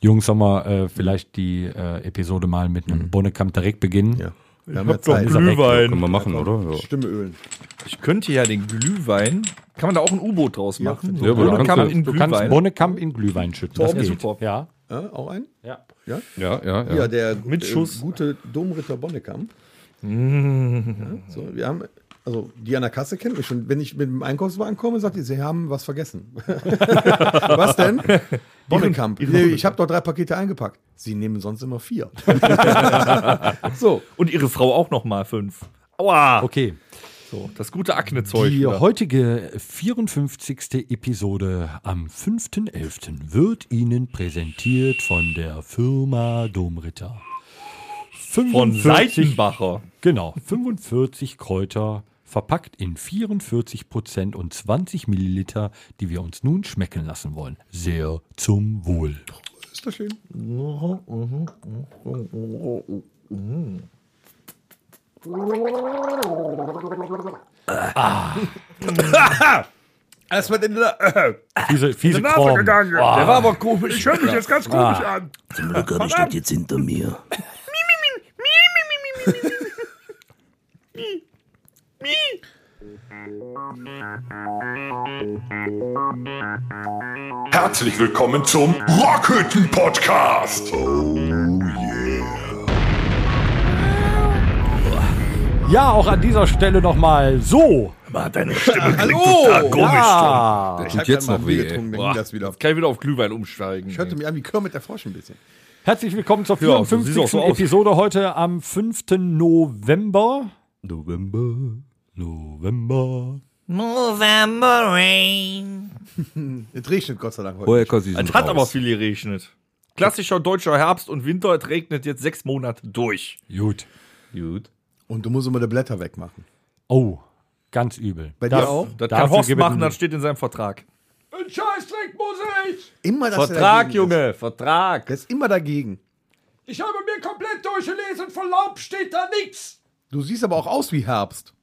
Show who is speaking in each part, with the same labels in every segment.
Speaker 1: Jungs, sollen wir äh, vielleicht die äh, Episode mal mit einem Bonnekamp direkt beginnen?
Speaker 2: Ja. Wir
Speaker 3: Ich
Speaker 2: haben ja
Speaker 3: hab doch
Speaker 2: Zeit.
Speaker 1: Glück.
Speaker 3: Können wir
Speaker 4: Glühwein.
Speaker 3: machen, oder? Ja.
Speaker 2: Stimme ölen.
Speaker 4: Ich könnte ja den Glühwein. Kann man da auch ein U-Boot draus
Speaker 2: Ja,
Speaker 4: machen?
Speaker 3: ja, aber da
Speaker 4: Bohnenkamp
Speaker 3: kannst du-
Speaker 4: in
Speaker 1: Du kannst
Speaker 4: Glühwein.
Speaker 1: Bonnekamp in Glühwein schütten.
Speaker 4: Das
Speaker 1: Das
Speaker 4: wär
Speaker 1: geht.
Speaker 4: super.
Speaker 1: Ja.
Speaker 2: Ja, auch ein?
Speaker 1: ja.
Speaker 3: Ja, ja, ja.
Speaker 2: Ja, der
Speaker 4: Mit
Speaker 2: äh,
Speaker 4: Schuss.
Speaker 2: gute Domritter Bonnekamp.
Speaker 3: Mm.
Speaker 2: Ja, so, wir haben, also die an der Kasse kennen mich schon. Wenn ich mit dem Einkaufswagen komme, sagt die, sie haben was vergessen. was denn? Bonnekamp. Nee, ich habe doch drei Pakete eingepackt. Sie nehmen sonst immer vier. so,
Speaker 4: Und ihre Frau auch noch mal fünf. Aua!
Speaker 1: Okay.
Speaker 4: So, das gute Akne-Zeug.
Speaker 1: Die
Speaker 4: wieder.
Speaker 1: heutige 54. Episode am 5.11. wird Ihnen präsentiert von der Firma Domritter.
Speaker 4: Von
Speaker 1: 45
Speaker 4: Seitenbacher.
Speaker 1: Genau, 45 Kräuter, verpackt in 44 Prozent und 20 Milliliter, die wir uns nun schmecken lassen wollen. Sehr zum Wohl.
Speaker 2: ist das schön.
Speaker 4: Das wird in der, äh,
Speaker 1: Fiese, fiese Korn.
Speaker 4: Der war aber komisch. Ich höre mich jetzt ganz komisch an.
Speaker 5: Zum Glück habe ich das jetzt hinter mir.
Speaker 6: Herzlich willkommen zum Rockhütten Podcast.
Speaker 1: Ja, auch an dieser Stelle nochmal so.
Speaker 4: Hallo!
Speaker 1: Ja.
Speaker 2: Ich
Speaker 3: tut
Speaker 2: hab grad
Speaker 3: jetzt
Speaker 2: mal
Speaker 3: noch
Speaker 2: ein Bier
Speaker 3: weh,
Speaker 2: getrunken,
Speaker 3: ey.
Speaker 2: dann ging das wieder.
Speaker 4: Kann ich wieder auf Glühwein umsteigen?
Speaker 2: Ich hörte mich an wie Kermit der Frosch ein bisschen.
Speaker 1: Herzlich willkommen zur
Speaker 4: Ja, so sieht's
Speaker 1: 54.
Speaker 4: auch so aus.
Speaker 1: Episode heute am 5. November.
Speaker 3: November.
Speaker 1: November.
Speaker 7: November rain.
Speaker 2: Es regnet Gott sei Dank heute.
Speaker 3: Hoher Season
Speaker 4: Es hat
Speaker 3: raus.
Speaker 4: aber viel geregnet. Klassischer deutscher Herbst und Winter, es regnet jetzt sechs Monate durch.
Speaker 1: Gut.
Speaker 3: Gut.
Speaker 2: Und du musst immer die Blätter wegmachen.
Speaker 1: Oh, ganz übel.
Speaker 2: Bei dir auch?
Speaker 4: Das
Speaker 1: Dafür
Speaker 4: kann Horst
Speaker 1: gibt es
Speaker 4: machen,
Speaker 1: einen-
Speaker 4: das steht in seinem Vertrag. Ein Scheißdreck muss ich!
Speaker 2: Immer dass er
Speaker 4: Vertrag,
Speaker 2: dagegen
Speaker 4: Junge, Vertrag.
Speaker 2: Ist. Der ist immer dagegen.
Speaker 4: Ich habe mir komplett durchgelesen, von Laub steht da nichts.
Speaker 2: Du siehst aber auch aus wie Herbst.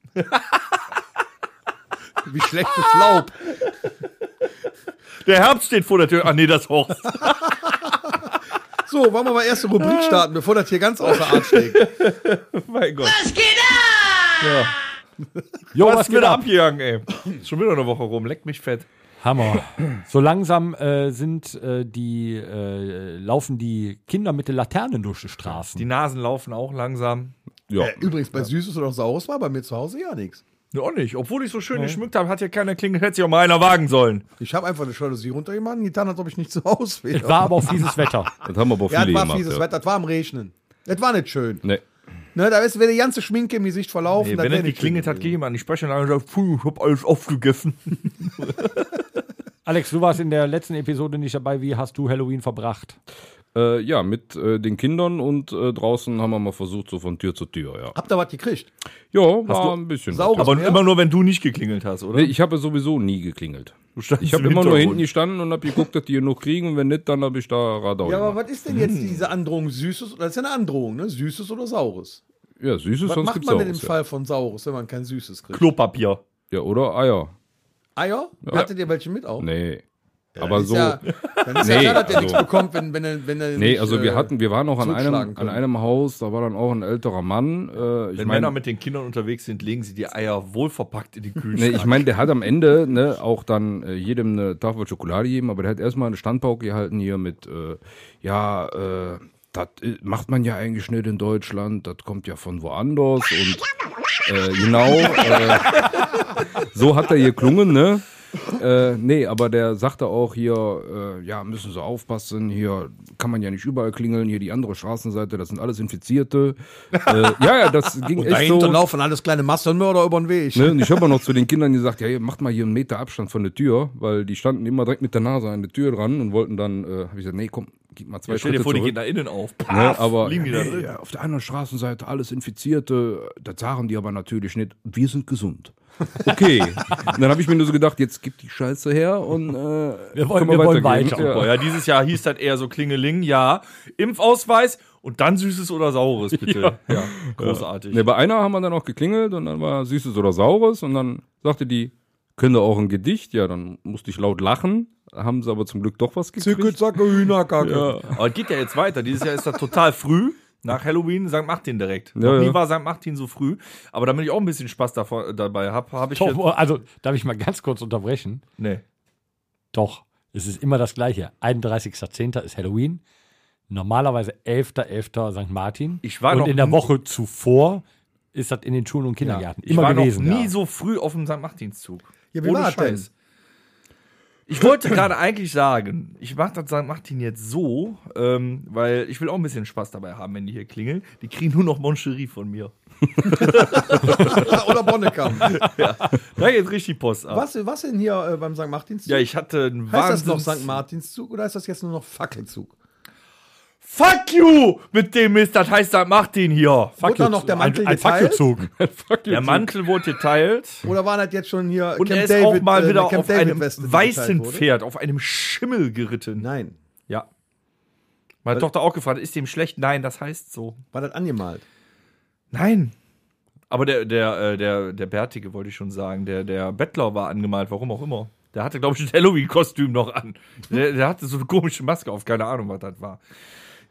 Speaker 2: wie schlechtes Laub.
Speaker 4: Der Herbst steht vor der Tür. Ah, nee, das ist Horst.
Speaker 2: So, wollen wir mal erste Rubrik starten, bevor das hier ganz außer Art schlägt.
Speaker 4: mein Gott.
Speaker 7: Was geht ab?
Speaker 1: Jo,
Speaker 4: Was ist mir da abgegangen, ey? Ist schon wieder eine Woche rum, leck mich fett.
Speaker 1: Hammer. So langsam äh, sind äh, die äh, laufen die Kinder mit den Laternen durch die Straßen.
Speaker 4: Die Nasen laufen auch langsam.
Speaker 3: Ja.
Speaker 2: Äh, Übrigens, bei Süßes oder Saures war bei mir zu Hause ja nichts.
Speaker 4: Ja, auch nicht. Obwohl ich so schön geschmückt habe, hat hier keiner Klingel. Hätte sich auch mal einer wagen sollen.
Speaker 2: Ich habe einfach eine Jalousie runtergemacht und getan, als ob ich nicht zu Hause
Speaker 1: Es
Speaker 2: wäre.
Speaker 1: war aber auch fieses Wetter.
Speaker 3: Das haben wir aber auch
Speaker 2: ja,
Speaker 3: viele
Speaker 2: es war
Speaker 3: gemacht.
Speaker 2: fieses
Speaker 3: ja.
Speaker 2: Wetter, es war am Regnen. Es war nicht schön.
Speaker 3: Nee.
Speaker 2: Ne, da ist wäre die ganze Schminke im Gesicht verlaufen.
Speaker 4: Nee,
Speaker 2: das
Speaker 4: wenn
Speaker 2: wär
Speaker 4: er
Speaker 2: nicht
Speaker 4: geklingelt
Speaker 2: schön
Speaker 4: hat, geh ihm an die Sprechanlage und sagt, puh, ich hab alles aufgegessen.
Speaker 1: Alex, du warst in der letzten Episode nicht dabei. Wie hast du Halloween verbracht?
Speaker 3: Äh, ja, mit äh, den Kindern und äh, draußen haben wir mal versucht, so von Tür zu Tür, ja.
Speaker 2: Habt ihr was gekriegt?
Speaker 3: Ja, war ein bisschen.
Speaker 2: Saure-
Speaker 3: was, ja.
Speaker 4: Aber immer nur, wenn du nicht geklingelt hast, oder?
Speaker 3: Nee, ich habe sowieso nie geklingelt.
Speaker 4: Du standst
Speaker 3: Ich habe
Speaker 4: im
Speaker 3: immer nur hinten
Speaker 4: Hintergrund.
Speaker 3: gestanden und habe geguckt, dass die genug kriegen und wenn nicht, dann habe ich da Radau
Speaker 2: Ja, aber
Speaker 3: gemacht.
Speaker 2: was ist denn jetzt diese Androhung Süßes? Das ist ja eine Androhung, ne? Süßes oder Saures?
Speaker 3: Ja, Süßes,
Speaker 2: Was
Speaker 3: sonst
Speaker 2: macht
Speaker 3: gibt's
Speaker 2: man
Speaker 3: auch.
Speaker 2: denn im
Speaker 3: Ja.
Speaker 2: Fall von Saures, wenn man kein Süßes kriegt?
Speaker 4: Klopapier.
Speaker 3: ja, oder Eier?
Speaker 2: Eier? Ah Hattet ihr welche mit auch?
Speaker 3: Nee. aber
Speaker 2: Ist
Speaker 3: so.
Speaker 2: Ja, dann ist ja
Speaker 3: Nee,
Speaker 2: klar, dass der
Speaker 3: also-
Speaker 2: nichts bekommt, wenn, wenn er. Wenn er
Speaker 3: Nee,
Speaker 2: nicht,
Speaker 3: also wir
Speaker 2: äh,
Speaker 3: hatten, wir waren noch an einem,
Speaker 2: zurückschlagen
Speaker 3: an
Speaker 2: können.
Speaker 3: einem Haus, da war dann auch ein älterer Mann. Äh, ich
Speaker 4: Wenn
Speaker 3: mein,
Speaker 4: Männer mit den Kindern unterwegs sind, legen sie die Eier wohlverpackt in den
Speaker 3: nee,
Speaker 4: Kühlschrank.
Speaker 3: ich meine, der hat am Ende ne, auch dann äh, jedem eine Tafel Schokolade gegeben, aber der hat erstmal eine Standpauke gehalten hier mit, äh, ja, äh, das äh, macht man ja eigentlich nicht in Deutschland, das kommt ja von woanders und äh, genau, äh, so hat er hier klungen, ne? Äh, nee, aber der sagte auch hier, äh, ja, müssen Sie aufpassen, hier kann man ja nicht überall klingeln, hier die andere Straßenseite, das sind alles Infizierte. Äh, ja, ja, das ging echt so.
Speaker 2: Dahinter laufen alles kleine Massenmörder über den Weg.
Speaker 3: Ne? Und ich habe noch zu den Kindern gesagt, ja, ihr macht mal hier einen Meter Abstand von der Tür, weil die standen immer direkt mit der Nase an der Tür dran und wollten dann, äh, habe ich gesagt, nee, komm, gib mal zwei
Speaker 4: Ja, stell
Speaker 3: Schritte
Speaker 4: dir vor, die
Speaker 3: zurück.
Speaker 4: gehen da innen auf.
Speaker 3: Ne,
Speaker 4: Paff,
Speaker 3: aber
Speaker 4: liegen die da
Speaker 3: nee,
Speaker 4: drin.
Speaker 3: ja, auf der anderen Straßenseite alles Infizierte, das sagen die aber natürlich nicht. Wir sind gesund. Okay. und dann habe ich mir nur so gedacht, jetzt gib die Scheiße her und äh,
Speaker 1: Wir wollen-
Speaker 3: können
Speaker 1: wir wollen
Speaker 3: weitergehen.
Speaker 1: weiter.
Speaker 4: Boah, ja, dieses Jahr hieß das eher so Klingeling, ja. Impfausweis und dann Süßes oder Saures, bitte. Ja, großartig.
Speaker 3: Ne, bei einer haben wir dann auch geklingelt und dann war Süßes oder Saures und dann sagte die, können da auch ein Gedicht? Ja, dann musste ich laut lachen. haben sie aber zum Glück doch was gekriegt.
Speaker 2: Zicke-Zacke, Hühnerkacke.
Speaker 3: Ja.
Speaker 4: Aber es geht ja jetzt weiter. Dieses Jahr ist das total früh. Nach Halloween St. Martin direkt.
Speaker 3: Ja,
Speaker 4: Noch nie
Speaker 3: ja.
Speaker 4: war St. Martin so früh. Aber damit ich auch ein bisschen Spaß davor, dabei habe, habe ich
Speaker 1: Tom,
Speaker 4: jetzt,
Speaker 1: also, darf ich mal ganz kurz unterbrechen?
Speaker 4: nee.
Speaker 1: Doch, es ist immer das Gleiche. 31.10. ist Halloween. Normalerweise 11.11. St. Martin.
Speaker 4: Ich war
Speaker 1: Und
Speaker 4: noch
Speaker 1: in der
Speaker 4: nie-
Speaker 1: Woche zuvor ist das in den Schulen und Kindergärten.
Speaker 4: Ich
Speaker 1: immer
Speaker 4: war
Speaker 1: gewesen.
Speaker 4: noch nie
Speaker 1: ja.
Speaker 4: so früh auf dem St. Martinszug.
Speaker 2: Ja, wie war das denn?
Speaker 4: Ich wollte gerade eigentlich sagen, ich mache das St. Martin jetzt so, ähm, weil ich will auch ein bisschen Spaß dabei haben, wenn die hier klingeln. Die kriegen nur noch Moncherie von mir.
Speaker 2: Oder Bonnekamp.
Speaker 4: Da geht richtig Post ab.
Speaker 2: Was, was denn hier äh, beim St. Martinszug?
Speaker 4: Ja, ich hatte einen
Speaker 2: heißt das
Speaker 4: Wahnsinn.
Speaker 2: noch St. Martinszug oder ist das jetzt nur noch Fackelzug?
Speaker 4: Fuck you! Mit dem Mist, das heißt St. Martin hier.
Speaker 2: Wurde da noch der Mantel
Speaker 1: ein, ein
Speaker 2: geteilt?
Speaker 1: Fackelzug.
Speaker 4: Der Mantel wurde geteilt.
Speaker 2: Oder waren das jetzt schon hier
Speaker 4: Und er ist auch mal
Speaker 2: äh,
Speaker 4: wieder
Speaker 2: Camp
Speaker 4: auf einem
Speaker 2: Weste, die
Speaker 4: weißen
Speaker 2: geteilt wurde?
Speaker 4: Pferd, auf einem Schimmel geritten.
Speaker 2: Nein,
Speaker 4: Ja. Meine Tochter auch gefragt, ist dem schlecht? Nein, das heißt so.
Speaker 2: war das angemalt?
Speaker 4: Nein. Aber der, der, äh, der, der Bärtige wollte ich schon sagen, der, der Bettler war angemalt, warum auch immer. Der hatte, glaube ich, ein Halloween-Kostüm noch an. Der, der hatte so eine komische Maske auf, keine Ahnung, was das war.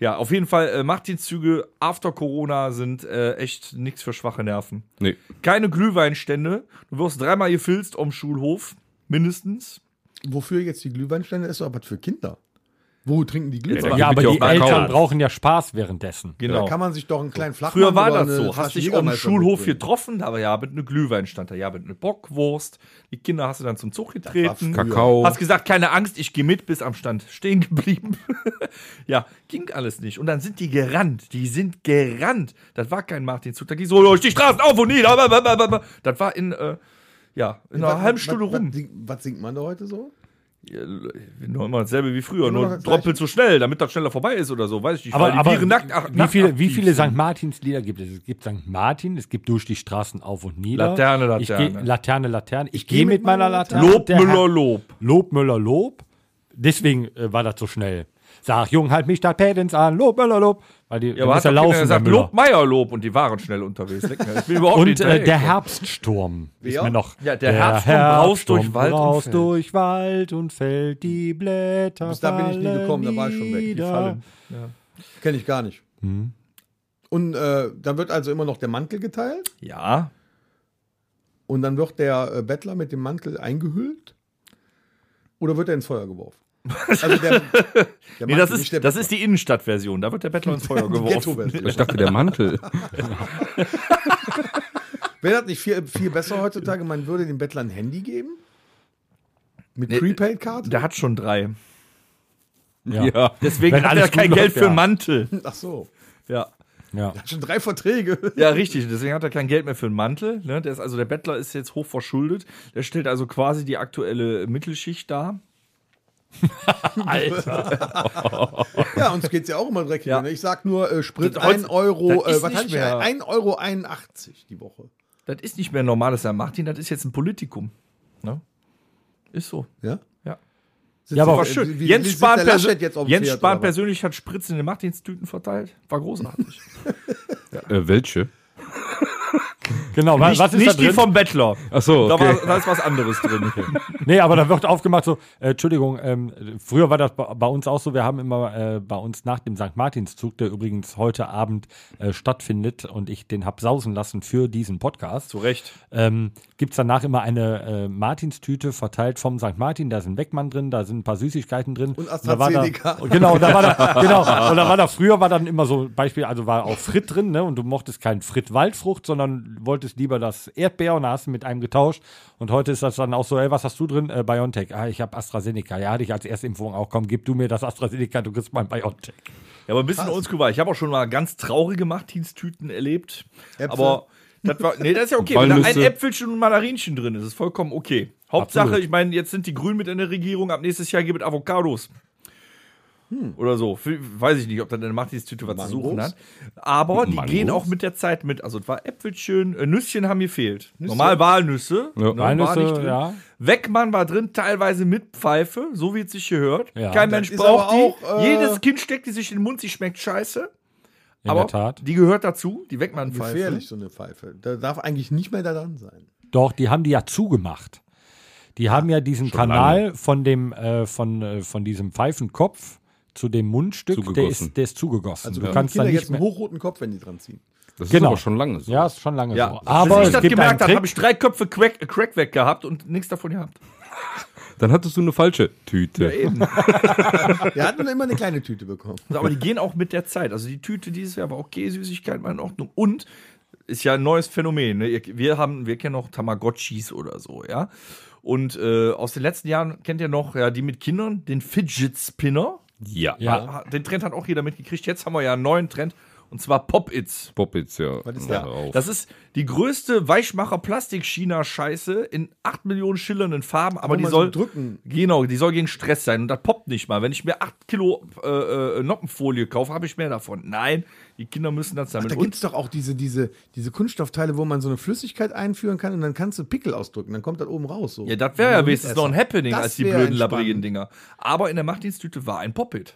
Speaker 4: Ja, auf jeden Fall, äh, Martinszüge after Corona sind äh, echt nichts für schwache Nerven.
Speaker 3: Nee.
Speaker 4: Keine Glühweinstände. Du wirst dreimal gefilzt am Schulhof, mindestens.
Speaker 2: Wofür jetzt die Glühweinstände ist, aber für Kinder. Wo trinken die Glühwein?
Speaker 3: da
Speaker 1: Ja,
Speaker 3: Gibt
Speaker 1: aber
Speaker 3: ja auch
Speaker 1: die
Speaker 3: keinen
Speaker 1: Eltern
Speaker 3: Kaufland.
Speaker 1: brauchen ja Spaß währenddessen.
Speaker 4: Genau.
Speaker 2: Da kann man sich doch einen kleinen Flachmann
Speaker 4: Früher war
Speaker 2: oder
Speaker 4: das
Speaker 2: eine
Speaker 4: so. Hast
Speaker 2: Flasche
Speaker 4: dich auf dem
Speaker 2: Jägermeister
Speaker 4: Schulhof
Speaker 2: mitbringen.
Speaker 4: getroffen, aber ja, mit einem Glühwein stand da, ja, mit einer Bockwurst. Die Kinder hast du dann zum Zug getreten.
Speaker 1: Oh.
Speaker 3: Kakao.
Speaker 4: Hast gesagt, keine Angst, ich gehe mit, bis am Stand stehen geblieben. ja, ging alles nicht. Und dann sind die gerannt. Die sind gerannt. Das war kein Martinszug. Da ging so durch die Straßen auf und nieder. Ba, ba, ba, ba, ba. Das war in, äh, ja, in
Speaker 2: Was-
Speaker 4: einer
Speaker 2: was-
Speaker 4: halben Stunde
Speaker 2: was,
Speaker 4: rum.
Speaker 2: Was, was singt man da heute so?
Speaker 4: Ja, Nur immer dasselbe wie früher,
Speaker 2: Immer noch
Speaker 4: nur
Speaker 2: das
Speaker 4: doppelt
Speaker 2: Gleiche.
Speaker 4: so schnell, damit das schneller vorbei ist oder so. Weiß ich nicht.
Speaker 1: Aber,
Speaker 4: weil die
Speaker 1: aber
Speaker 4: Viren nackt- ach,
Speaker 1: wie, viele, wie
Speaker 4: nachtaktiv
Speaker 1: viele
Speaker 4: sind.
Speaker 1: St. Martins Lieder gibt es? Es gibt St. Martin, es gibt durch die Straßen auf und nieder.
Speaker 4: Laterne, Laterne.
Speaker 1: Ich geh, Laterne, Laterne. Ich gehe mit meiner Laterne.
Speaker 4: Lob,
Speaker 1: Der
Speaker 4: Müller,
Speaker 1: Herr-
Speaker 4: Lob.
Speaker 1: Lob, Müller, Lob. Deswegen äh, war das so schnell. Sag, Jung, halt mich da Pädens an. Lob, Müller, Lob. Weil die
Speaker 4: Ja, aber
Speaker 1: ist
Speaker 4: hat
Speaker 1: ja
Speaker 4: doch laufen,
Speaker 1: laufen, der
Speaker 4: gesagt,
Speaker 1: Müller.
Speaker 4: Lob, Meier, Lob und die waren schnell unterwegs. Leck mir, ich bin überhaupt
Speaker 1: Und
Speaker 4: nicht
Speaker 1: äh, der
Speaker 4: hinterhergekommen.
Speaker 1: Herbststurm ist
Speaker 2: Wer?
Speaker 1: mir noch.
Speaker 4: Ja, der Herbststurm braust durch Wald und
Speaker 1: braust
Speaker 4: Feld.
Speaker 1: durch Wald und fällt die Blätter.
Speaker 2: Bis da bin ich nie
Speaker 1: fallen
Speaker 2: gekommen, da war ich schon weg. Die
Speaker 1: nieder.
Speaker 2: fallen. Kenne ich gar nicht.
Speaker 4: Hm.
Speaker 2: Und äh, dann wird also immer noch der Mantel geteilt
Speaker 4: Ja,
Speaker 2: und dann wird der äh, Bettler mit dem Mantel eingehüllt oder wird er ins Feuer geworfen? Also der, der
Speaker 4: nee,
Speaker 2: Mantel,
Speaker 4: das
Speaker 2: nicht
Speaker 4: ist,
Speaker 2: der
Speaker 4: das ist die Innenstadtversion. Da wird der Bettler ins Feuer
Speaker 2: die
Speaker 4: geworfen.
Speaker 2: Ghetto-Version.
Speaker 3: Ich dachte, der Mantel.
Speaker 2: Wäre das nicht viel, viel besser heutzutage, man würde dem Bettler ein Handy geben? Mit
Speaker 4: Nee,
Speaker 2: Prepaid-Karte?
Speaker 4: Der hat schon drei.
Speaker 1: Ja.
Speaker 3: Ja.
Speaker 4: Deswegen
Speaker 1: Wenn
Speaker 4: hat er
Speaker 1: alles
Speaker 4: kein
Speaker 1: gut
Speaker 4: Geld
Speaker 1: läuft,
Speaker 4: für
Speaker 1: ja.
Speaker 4: einen Mantel.
Speaker 2: Ach so.
Speaker 4: Ja.
Speaker 1: Ja.
Speaker 2: Hat schon drei Verträge.
Speaker 4: ja, richtig. Deswegen hat er kein Geld mehr für einen Mantel. Ne? Der ist, also der Bettler ist jetzt hoch verschuldet. Der stellt also quasi die aktuelle Mittelschicht dar.
Speaker 2: Ja, uns geht's ja auch immer dreckig.
Speaker 4: Ja.
Speaker 2: Ne? Ich sag nur, äh, Sprit
Speaker 4: Das- heutz-
Speaker 2: 1 Euro,
Speaker 4: das ist
Speaker 2: äh, was
Speaker 4: nicht
Speaker 2: hatte ich?
Speaker 4: mehr-
Speaker 2: 1,81 Euro die Woche.
Speaker 4: Das ist nicht mehr ein normales Herr Martin, das ist jetzt ein Politikum. Ne? Ist so.
Speaker 2: Ja?
Speaker 4: Ja.
Speaker 2: Sitzt
Speaker 1: Ja, aber
Speaker 2: der-
Speaker 1: war
Speaker 4: Schön.
Speaker 2: Oh, wie- wie- wie
Speaker 4: Jens
Speaker 2: sitzt
Speaker 4: Spahn,
Speaker 2: der
Speaker 4: perso-
Speaker 2: Laschet jetzt auf dem
Speaker 4: Jens
Speaker 2: Pferd,
Speaker 4: Spahn
Speaker 2: oder was?
Speaker 4: persönlich hat Spritzen in den Martinstüten verteilt. War großartig.
Speaker 3: äh, welche?
Speaker 1: Genau, wa-
Speaker 4: nicht
Speaker 1: was ist
Speaker 4: nicht
Speaker 1: da
Speaker 4: die
Speaker 1: drin?
Speaker 4: vom Bettler.
Speaker 3: Achso,
Speaker 4: Da,
Speaker 3: okay.
Speaker 4: war, da ist was anderes drin.
Speaker 1: Nee, aber da wird aufgemacht so, äh, Entschuldigung, ähm, früher war das bei, bei uns auch so, wir haben immer äh, bei uns nach dem St. Martinszug, der übrigens heute Abend äh, stattfindet und ich den hab sausen lassen für diesen Podcast,
Speaker 4: Recht.
Speaker 1: ähm, gibt es danach immer eine äh, Martinstüte verteilt vom St. Martin, da ist ein Weckmann drin, da sind ein paar Süßigkeiten drin. Und
Speaker 2: AstraZeneca.
Speaker 1: Da war da, genau, da war da, genau, und da war da früher war dann immer so ein Beispiel, also war auch Fritt drin, ne? Und du mochtest keinen Fritt Waldfrucht, sondern wolltest lieber das Erdbeer und da hast du mit einem getauscht. Und heute ist das dann auch so, ey, was hast du drin? Äh, BioNTech. Ah, ich habe AstraZeneca. Ja, hatte ich als Erstimpfung auch. Komm, gib du mir das AstraZeneca, du kriegst mein BioNTech.
Speaker 4: Ja, aber ein bisschen oldschool war. Ich habe auch schon mal ganz traurige Martinstüten erlebt.
Speaker 2: Äpfel.
Speaker 4: Aber das war, nee, das ist ja okay. Wenn da ein
Speaker 3: Walnüsse.
Speaker 4: Äpfelchen und ein Mandarinchen drin ist, ist vollkommen okay. Hauptsache,
Speaker 1: Absolut.
Speaker 4: ich meine, jetzt sind die Grünen mit in der Regierung. Ab nächstes Jahr gibt es Avocados. Oder so. F- Weiß ich nicht, ob dann eine Martinstüte was zu suchen
Speaker 2: Hm. Mangos?
Speaker 4: hat. Aber die
Speaker 3: Mangos?
Speaker 4: gehen auch mit der Zeit mit. Also, es war Äpfelchen, äh, Nüsschen haben gefehlt. Normal Walnüsse.
Speaker 3: Ja.
Speaker 4: war
Speaker 1: Walnüsse,
Speaker 4: nicht drin.
Speaker 1: ja.
Speaker 4: Weckmann war drin, teilweise mit Pfeife, so wie es sich gehört.
Speaker 1: Ja.
Speaker 4: Kein Mensch
Speaker 2: ist
Speaker 4: braucht
Speaker 2: aber
Speaker 4: die.
Speaker 2: auch, äh,
Speaker 4: Jedes Kind steckt die sich in den Mund, sie schmeckt scheiße.
Speaker 1: In
Speaker 4: aber
Speaker 1: der Tat.
Speaker 4: die gehört dazu, die Weckmann-Pfeife.
Speaker 2: Gefährlich, so eine Pfeife. Da darf eigentlich nicht mehr da dran sein.
Speaker 1: Doch, die haben die ja zugemacht. Die haben ja diesen
Speaker 3: schon
Speaker 1: Kanal von dem äh, von, äh, von diesem Pfeifenkopf zu dem Mundstück, der
Speaker 3: Zugegossen.
Speaker 1: ist, der ist zugegossen.
Speaker 2: Also
Speaker 1: du
Speaker 2: bekommen
Speaker 1: kannst da
Speaker 2: Kinder
Speaker 1: nicht
Speaker 2: jetzt einen
Speaker 1: mehr.
Speaker 2: hochroten Kopf, wenn die dran ziehen.
Speaker 3: Das
Speaker 1: Genau.
Speaker 3: ist aber schon lange so.
Speaker 1: Ja, ist schon lange
Speaker 2: Ja.
Speaker 1: so. Aber
Speaker 4: Als ich
Speaker 1: es
Speaker 4: das
Speaker 1: gibt einen
Speaker 4: gemerkt habe,
Speaker 1: Trick. äh,
Speaker 4: habe ich drei Köpfe Crack, Crack weg gehabt und nichts davon gehabt.
Speaker 3: Dann hattest du eine falsche Tüte.
Speaker 2: Wir hatten immer eine kleine Tüte bekommen.
Speaker 4: So, Aber die gehen auch mit der Zeit. Also die Tüte dieses Jahr war okay, Süßigkeiten waren in Ordnung. Und ist ja ein neues Phänomen. Ne? Ihr- Wir, haben, wir kennen auch Tamagotchis oder so, ja. Und äh, aus den letzten Jahren kennt ihr noch ja, die mit Kindern, den Fidget Spinner.
Speaker 3: ja.
Speaker 1: Ja.
Speaker 4: Ah, Den Trend hat auch jeder mitgekriegt. Jetzt haben wir ja einen neuen Trend und zwar Pop-Its.
Speaker 3: Poppits, ja.
Speaker 2: Was ist
Speaker 3: Ja,
Speaker 2: da?
Speaker 3: auch.
Speaker 4: Das ist die größte Weichmacher-Plastik-China-Scheiße in 8 Millionen schillernden Farben, aber
Speaker 2: Wo
Speaker 4: die
Speaker 2: man
Speaker 4: soll
Speaker 2: so drücken.
Speaker 4: Genau, die soll gegen Stress sein und das poppt nicht mal. Wenn ich mir 8 Kilo äh, äh, Noppenfolie kaufe, habe ich mehr davon. Nein, die Kinder müssen das sammeln.
Speaker 2: Da
Speaker 4: Und-
Speaker 2: gibt es doch auch diese, diese, diese Kunststoffteile, wo man so eine Flüssigkeit einführen kann und dann kannst du Pickel ausdrücken. Dann kommt das oben raus. So.
Speaker 4: ja, das wäre ja wenigstens noch ein Happening
Speaker 2: Das
Speaker 4: als die
Speaker 2: wär
Speaker 4: blöden,
Speaker 2: entspannt.
Speaker 4: labbrigen Dinger. Aber in der Machtdiensttüte war ein Pop-It.
Speaker 1: Äh,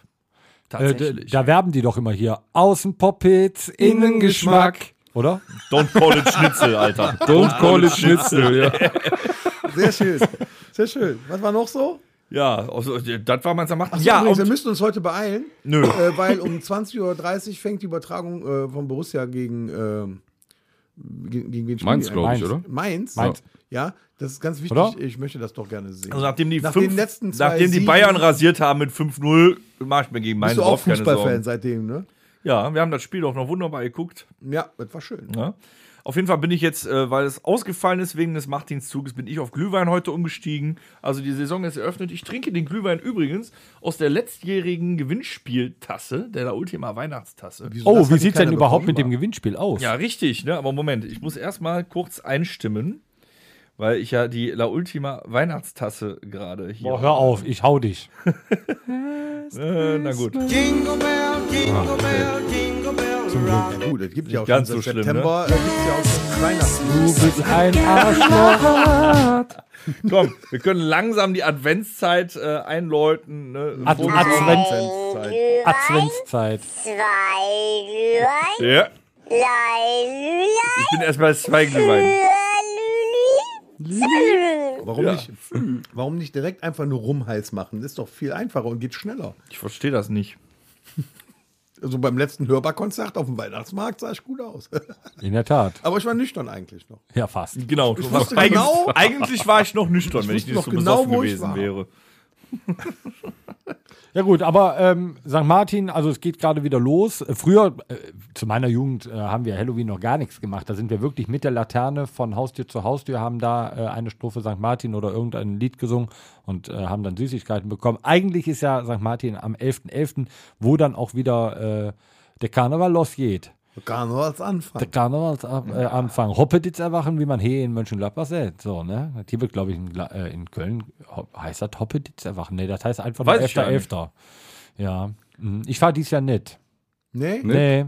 Speaker 1: da,
Speaker 4: Tatsächlich.
Speaker 1: da werben die doch immer hier. Außenpoppets, Innengeschmack. Oder?
Speaker 4: Don't call it Schnitzel, Alter.
Speaker 3: Don't call it Schnitzel, ja.
Speaker 2: Sehr schön. Sehr schön. Was war noch so?
Speaker 4: ja, also, das war man am Macht.
Speaker 2: Ach so,
Speaker 4: ja, um
Speaker 2: übrigens, wir
Speaker 4: und-
Speaker 2: müssen uns heute beeilen.
Speaker 4: Nö.
Speaker 2: Äh, weil um 20.30 Uhr fängt die Übertragung äh, von Borussia gegen, ähm, gegen, gegen wen spielen
Speaker 3: Meins,
Speaker 2: die
Speaker 3: glaube ich,
Speaker 1: Meins.
Speaker 3: oder?
Speaker 2: eigentlich? Mainz.
Speaker 1: Mainz.
Speaker 2: Ja, das ist ganz wichtig.
Speaker 1: Oder?
Speaker 2: Ich möchte das doch gerne sehen.
Speaker 4: Also nachdem die,
Speaker 2: Nach
Speaker 4: fünf,
Speaker 2: den letzten zwei
Speaker 4: nachdem die
Speaker 2: Siegen-
Speaker 4: Bayern rasiert haben mit 5-0, mach ich mir gegen meinen
Speaker 2: Bist du auch
Speaker 4: drauf keine
Speaker 2: Fußballfan
Speaker 4: Sorgen.
Speaker 2: seitdem, ne?
Speaker 4: Ja, wir haben das Spiel doch noch wunderbar geguckt.
Speaker 2: Ja, das war schön.
Speaker 4: Ne? Auf jeden Fall bin ich jetzt, äh, weil es ausgefallen ist wegen des Machtdienstzuges, bin ich auf Glühwein heute umgestiegen. Also die Saison ist eröffnet. Ich trinke den Glühwein übrigens aus der letztjährigen Gewinnspieltasse, der La Ultima Weihnachtstasse.
Speaker 2: Wieso, das
Speaker 1: Oh,
Speaker 2: hat
Speaker 1: wie
Speaker 2: die
Speaker 1: sieht's
Speaker 2: keiner
Speaker 1: denn überhaupt mit dem
Speaker 2: bekommen?
Speaker 1: Gewinnspiel aus?
Speaker 4: Ja, richtig, ne? aber Moment, ich muss erstmal kurz einstimmen, weil ich ja die La Ultima Weihnachtstasse gerade hier.
Speaker 1: Boah, hör auf, ich hau dich.
Speaker 4: Äh, na gut.
Speaker 2: Ja, Ah, gut, das gibt ja auch
Speaker 4: Ganz
Speaker 2: schon
Speaker 4: so
Speaker 2: seit
Speaker 4: schlimm, ne?
Speaker 2: September. Äh, gibt's ja auch schon Weihnachtsmusik.
Speaker 1: Ein Arschloch.
Speaker 4: Komm, wir können langsam die Adventszeit äh, einläuten. Ne?
Speaker 1: Ad
Speaker 4: Vor-
Speaker 1: Advent
Speaker 2: Adventszeit.
Speaker 1: Adventszeit.
Speaker 7: Zwei Glühwein,
Speaker 4: ja.
Speaker 7: drei
Speaker 4: Ich bin erst bei zwei Glühwein.
Speaker 7: Glühwein.
Speaker 2: Warum, nicht, warum nicht direkt einfach nur Rumhals machen? Das ist doch viel einfacher und geht schneller.
Speaker 4: Ich verstehe das nicht.
Speaker 2: Also beim letzten Hörbar-Konzert auf dem Weihnachtsmarkt sah ich gut aus.
Speaker 1: In der Tat.
Speaker 2: Aber ich war nüchtern eigentlich noch.
Speaker 1: Ja, fast.
Speaker 4: Genau.
Speaker 2: wusste
Speaker 4: eigentlich,
Speaker 2: genau-
Speaker 4: eigentlich war ich noch nüchtern, wenn ich
Speaker 2: wusste
Speaker 4: nicht
Speaker 2: noch genau,
Speaker 4: so besoffen
Speaker 2: wo ich
Speaker 4: gewesen
Speaker 2: war.
Speaker 4: wäre.
Speaker 1: Ja gut, aber ähm, St. Martin, also es geht gerade wieder los. Äh, Früher, äh, zu meiner Jugend, äh, haben wir Halloween noch gar nichts gemacht. Da sind wir wirklich mit der Laterne von Haustür zu Haustür, haben da äh, eine Strophe St. Martin oder irgendein Lied gesungen und äh, haben dann Süßigkeiten bekommen. Eigentlich ist ja St. Martin am 11.11., wo dann auch wieder äh, der Karneval losgeht.
Speaker 2: Gar nur als
Speaker 1: Der
Speaker 2: Anfang.
Speaker 1: Karnevalsanfang. Äh, Anfang. Hoppeditz erwachen, wie man hier in Mönchengladbach sieht. So, ne? Hier wird, glaube ich, in, Gla- äh, in Köln ho- heißt das Hoppeditz erwachen. Ne, das heißt einfach nur
Speaker 4: Weiß ich ja
Speaker 1: 11.11. Ja. Mhm. Ich fahre dies Jahr nicht.
Speaker 2: Nee?
Speaker 4: ne?
Speaker 1: Nee.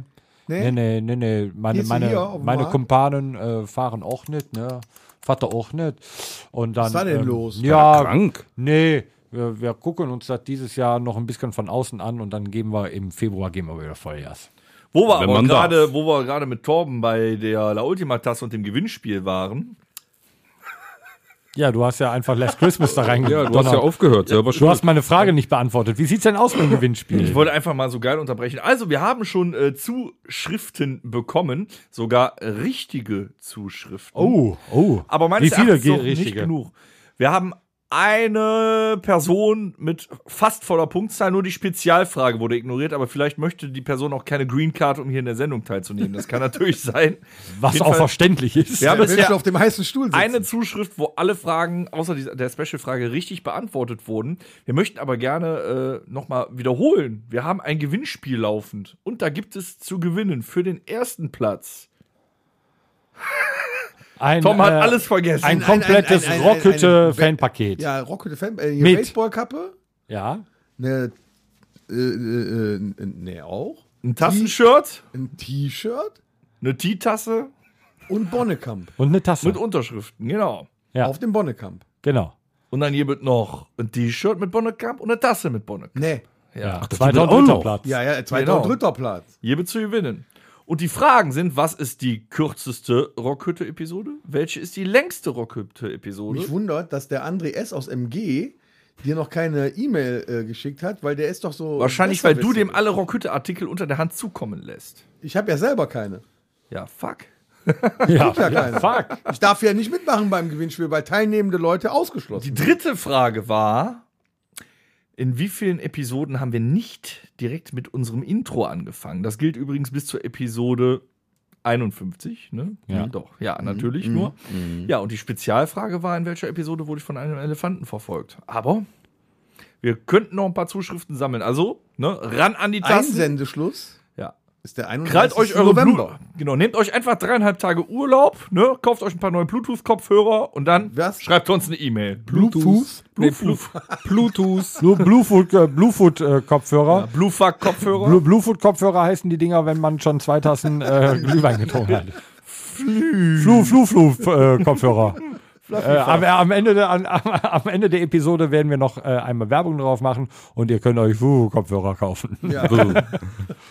Speaker 2: Nee?
Speaker 1: Nee, nee, nee, nee. Meine,
Speaker 2: Gehst du hier auf
Speaker 1: meine,
Speaker 2: den
Speaker 1: meine
Speaker 2: Markt?
Speaker 1: Kumpanen äh, fahren auch nicht, ne? Vater auch nicht. Und dann, ähm,
Speaker 2: Was war denn los?
Speaker 1: Ja,
Speaker 3: Krank.
Speaker 1: nee. Wir, wir gucken uns das dieses Jahr noch ein bisschen von außen an und dann geben wir im Februar gehen wir wieder Vollgas.
Speaker 4: Wo wir
Speaker 3: Wenn
Speaker 4: aber
Speaker 3: man
Speaker 4: gerade,
Speaker 3: darf.
Speaker 4: wo wir gerade mit Torben bei der La Ultima Tasse und dem Gewinnspiel waren.
Speaker 1: Ja, du hast ja einfach Last Christmas da
Speaker 3: Ja,
Speaker 1: reingedonnert.
Speaker 3: du hast ja aufgehört, selber
Speaker 1: Du
Speaker 3: schon.
Speaker 1: hast meine Frage nicht beantwortet. Wie sieht's denn aus mit dem Gewinnspiel?
Speaker 4: Ich wollte einfach mal so geil unterbrechen. Also, wir haben schon äh, Zuschriften bekommen, sogar richtige Zuschriften.
Speaker 1: oh, oh.
Speaker 4: Aber
Speaker 1: Wie
Speaker 4: meines
Speaker 1: viele
Speaker 4: Erachtens noch nicht
Speaker 1: richtige?
Speaker 4: genug. Wir haben eine Person mit fast voller Punktzahl, nur die Spezialfrage wurde ignoriert, aber vielleicht möchte die Person auch keine Green Card, um hier in der Sendung teilzunehmen. Das kann natürlich sein.
Speaker 1: Was auch
Speaker 4: Jedenfalls-
Speaker 1: verständlich ist.
Speaker 4: Wir haben
Speaker 2: Willst
Speaker 4: bisher
Speaker 2: du auf dem heißen Stuhl sitzen?
Speaker 4: eine Zuschrift, wo alle Fragen außer dieser- der Special-Frage richtig beantwortet wurden. Wir möchten aber gerne äh, nochmal wiederholen. Wir haben ein Gewinnspiel laufend und da gibt es zu gewinnen für den ersten Platz.
Speaker 1: Ein,
Speaker 4: Tom hat
Speaker 1: äh,
Speaker 4: alles vergessen.
Speaker 1: Ein
Speaker 2: ein-
Speaker 1: komplettes
Speaker 2: ein- ein- ein- ein- ein-
Speaker 1: Rockhütte-Fanpaket. Ja.
Speaker 2: ja, Rocket Fan, äh,
Speaker 1: Mit.
Speaker 2: Mit. Baseballkappe. Eine, äh, äh, äh, nee, auch.
Speaker 4: ein Tassenshirt,
Speaker 2: Ein T-Shirt
Speaker 4: eine Teetasse
Speaker 2: und Bonnekamp.
Speaker 1: Und eine Tasse.
Speaker 4: mit Unterschriften, genau.
Speaker 1: Ja.
Speaker 2: Auf dem Bonnekamp.
Speaker 1: genau.
Speaker 4: Und dann hier wird noch ein T-Shirt mit Bonnekamp und eine Tasse mit Bonnekamp.
Speaker 2: Nee.
Speaker 1: Ja.
Speaker 3: die wird auch
Speaker 1: Zweiter und dritter
Speaker 3: noch.
Speaker 1: Platz.
Speaker 2: Ja, ja, zweiter
Speaker 4: Genau.
Speaker 2: und dritter Platz.
Speaker 4: Hier wird zu gewinnen. Und die Fragen sind, was ist die kürzeste Rockhütte-Episode? Welche ist die längste
Speaker 2: Mich
Speaker 4: Rockhütte-Episode?
Speaker 2: wundert, dass der André S. aus MG dir noch keine E-Mail äh, geschickt hat, weil der ist doch so.
Speaker 4: Wahrscheinlich, weil du dem
Speaker 2: besserwisser.
Speaker 4: alle Rockhütte-Artikel unter der Hand zukommen lässt.
Speaker 2: Ich habe ja selber keine.
Speaker 4: Ja, fuck.
Speaker 1: Ja,
Speaker 2: ja keine.
Speaker 1: fuck.
Speaker 2: Ich darf ja nicht mitmachen beim Gewinnspiel, weil teilnehmende Leute
Speaker 4: Die
Speaker 2: ausgeschlossen sind.
Speaker 4: dritte Frage war, in wie vielen Episoden haben wir nicht direkt mit unserem Intro angefangen? Das gilt übrigens bis zur Episode 51, ne?
Speaker 1: Ja.
Speaker 4: Doch, ja, natürlich nur. Ja, und die Spezialfrage war, in welcher Episode wurde ich von einem Elefanten verfolgt? Aber wir könnten noch ein paar Zuschriften sammeln. Also, ne, ran an die Tasten.
Speaker 2: Einsendeschluss
Speaker 4: Ja.
Speaker 2: ist der 31.
Speaker 4: Krallt euch eure
Speaker 2: November.
Speaker 4: November. Genau, nehmt euch einfach dreieinhalb Tage Urlaub, ne? Kauft euch ein paar neue Bluetooth-Kopfhörer und dann
Speaker 2: Was?
Speaker 4: schreibt uns eine E-Mail.
Speaker 2: Bluetooth.
Speaker 4: Bluetooth.
Speaker 3: Bluetooth.
Speaker 1: Nur Bluefoot, äh, Bluefoot äh, Kopfhörer.
Speaker 4: Bluefuck-Kopfhörer.
Speaker 1: Blue, Bluefoot Kopfhörer heißen die Dinger, wenn man schon zwei Tassen äh, Glühwein getrunken hat. Flu, Flu, Flu äh, Kopfhörer. Äh, am, am, Ende der, an, am, am Ende der Episode werden wir noch äh, einmal Werbung drauf machen und ihr könnt euch Flu Kopfhörer kaufen.
Speaker 2: Wo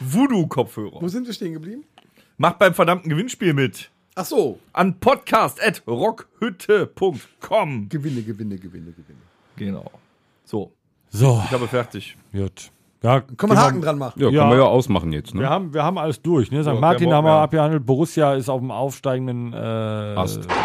Speaker 4: Voodoo-Kopfhörer.
Speaker 2: sind wir stehen geblieben?
Speaker 4: Macht beim verdammten Gewinnspiel mit.
Speaker 2: Ach so.
Speaker 4: An podcast.rockhütte.com.
Speaker 2: Gewinne, Gewinne, Gewinne, Gewinne.
Speaker 4: Genau. So,
Speaker 1: So,
Speaker 4: ich habe fertig.
Speaker 1: gut. Ja,
Speaker 2: Kann man Haken dran machen.
Speaker 3: Ja,
Speaker 1: Ja.
Speaker 3: können wir ja ausmachen jetzt, ne?
Speaker 1: Wir haben, wir haben alles durch. Ne? St.
Speaker 4: kein
Speaker 1: Martin
Speaker 4: Bock
Speaker 1: haben wir
Speaker 4: mehr.
Speaker 1: abgehandelt. Borussia ist auf dem aufsteigenden äh,
Speaker 3: Ast.
Speaker 2: Sind wir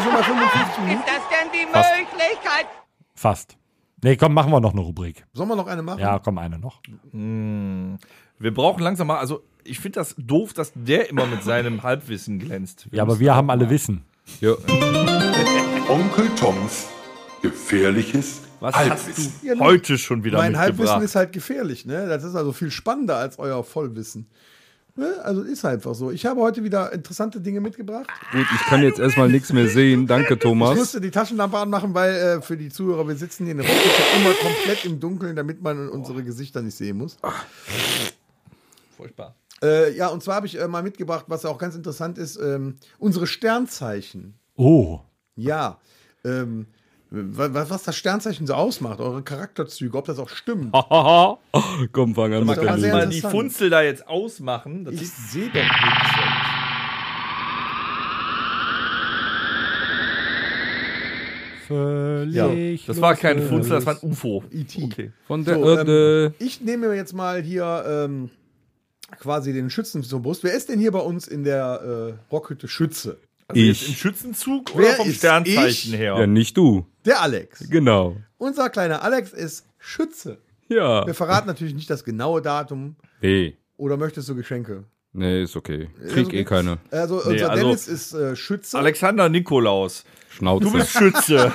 Speaker 2: schon bei 55 Minuten?
Speaker 8: Ist das denn die Möglichkeit?
Speaker 1: Fast. Nee, komm, machen wir noch eine Rubrik.
Speaker 2: Sollen wir noch eine machen?
Speaker 1: Ja, komm, eine noch.
Speaker 4: Wir brauchen langsam mal, also ich finde das doof, dass der immer mit seinem Halbwissen glänzt.
Speaker 1: Ja, aber wir haben alle Wissen.
Speaker 3: Ja.
Speaker 6: Onkel Toms gefährliches
Speaker 4: Was
Speaker 6: Halbwissen.
Speaker 4: hast du heute schon wieder
Speaker 2: Mein Halbwissen
Speaker 4: mitgebracht?
Speaker 2: ist halt gefährlich, ne? Das ist also viel spannender als euer Vollwissen. Ne? Also ist einfach so. Ich habe heute wieder interessante Dinge mitgebracht.
Speaker 3: Gut, ich kann jetzt erstmal nichts mehr sehen. Danke,
Speaker 2: Ich
Speaker 3: Thomas.
Speaker 2: musste die Taschenlampe anmachen, weil äh, für die Zuhörer, wir sitzen hier in der Rockhütte immer komplett im Dunkeln, damit man unsere Gesichter nicht sehen muss.
Speaker 4: Furchtbar.
Speaker 2: Äh, ja, und zwar habe ich äh, mal mitgebracht, was auch ganz interessant ist, ähm, unsere Sternzeichen.
Speaker 1: Oh,
Speaker 2: Ja. Ähm, was, was das Sternzeichen so ausmacht, eure Charakterzüge, ob das auch stimmt.
Speaker 4: Oh.
Speaker 3: Hahaha. Oh, Komm, fang an mit
Speaker 2: kann
Speaker 3: der
Speaker 4: Kannst
Speaker 2: sehr
Speaker 4: du
Speaker 3: Lüge.
Speaker 4: mal die
Speaker 2: interessant.
Speaker 4: Funzel da jetzt ausmachen? Das
Speaker 2: Ich
Speaker 4: ist
Speaker 2: sehe doch nichts.
Speaker 1: völlig.
Speaker 4: das war kein
Speaker 1: losgelöst.
Speaker 4: Funzel, das war ein UFO.
Speaker 2: E.T..
Speaker 4: Okay.
Speaker 3: Von der
Speaker 2: So, ähm,
Speaker 3: Erde.
Speaker 2: ich nehme mir jetzt mal hier ähm, quasi den Schützen zur Brust. Wer ist denn hier bei uns in der äh, Rockhütte Schütze?
Speaker 4: Also jetzt
Speaker 3: Ich.
Speaker 4: Im Schützenzug
Speaker 2: Wer
Speaker 4: oder vom
Speaker 2: ist
Speaker 4: Sternzeichen
Speaker 2: ich?
Speaker 4: her?
Speaker 3: Ja, nicht du.
Speaker 2: Der Alex.
Speaker 3: Genau.
Speaker 2: Unser kleiner Alex ist Schütze.
Speaker 3: Ja.
Speaker 2: Wir verraten natürlich nicht das genaue Datum
Speaker 3: Nee.
Speaker 2: oder möchtest du Geschenke?
Speaker 3: Nee, ist okay. Krieg eh
Speaker 2: Also,
Speaker 3: keine.
Speaker 2: Also
Speaker 4: Nee,
Speaker 2: unser
Speaker 4: also-
Speaker 2: Dennis ist äh, Schütze.
Speaker 4: Alexander Nikolaus. Du
Speaker 3: Schnauze.
Speaker 4: bist Schütze.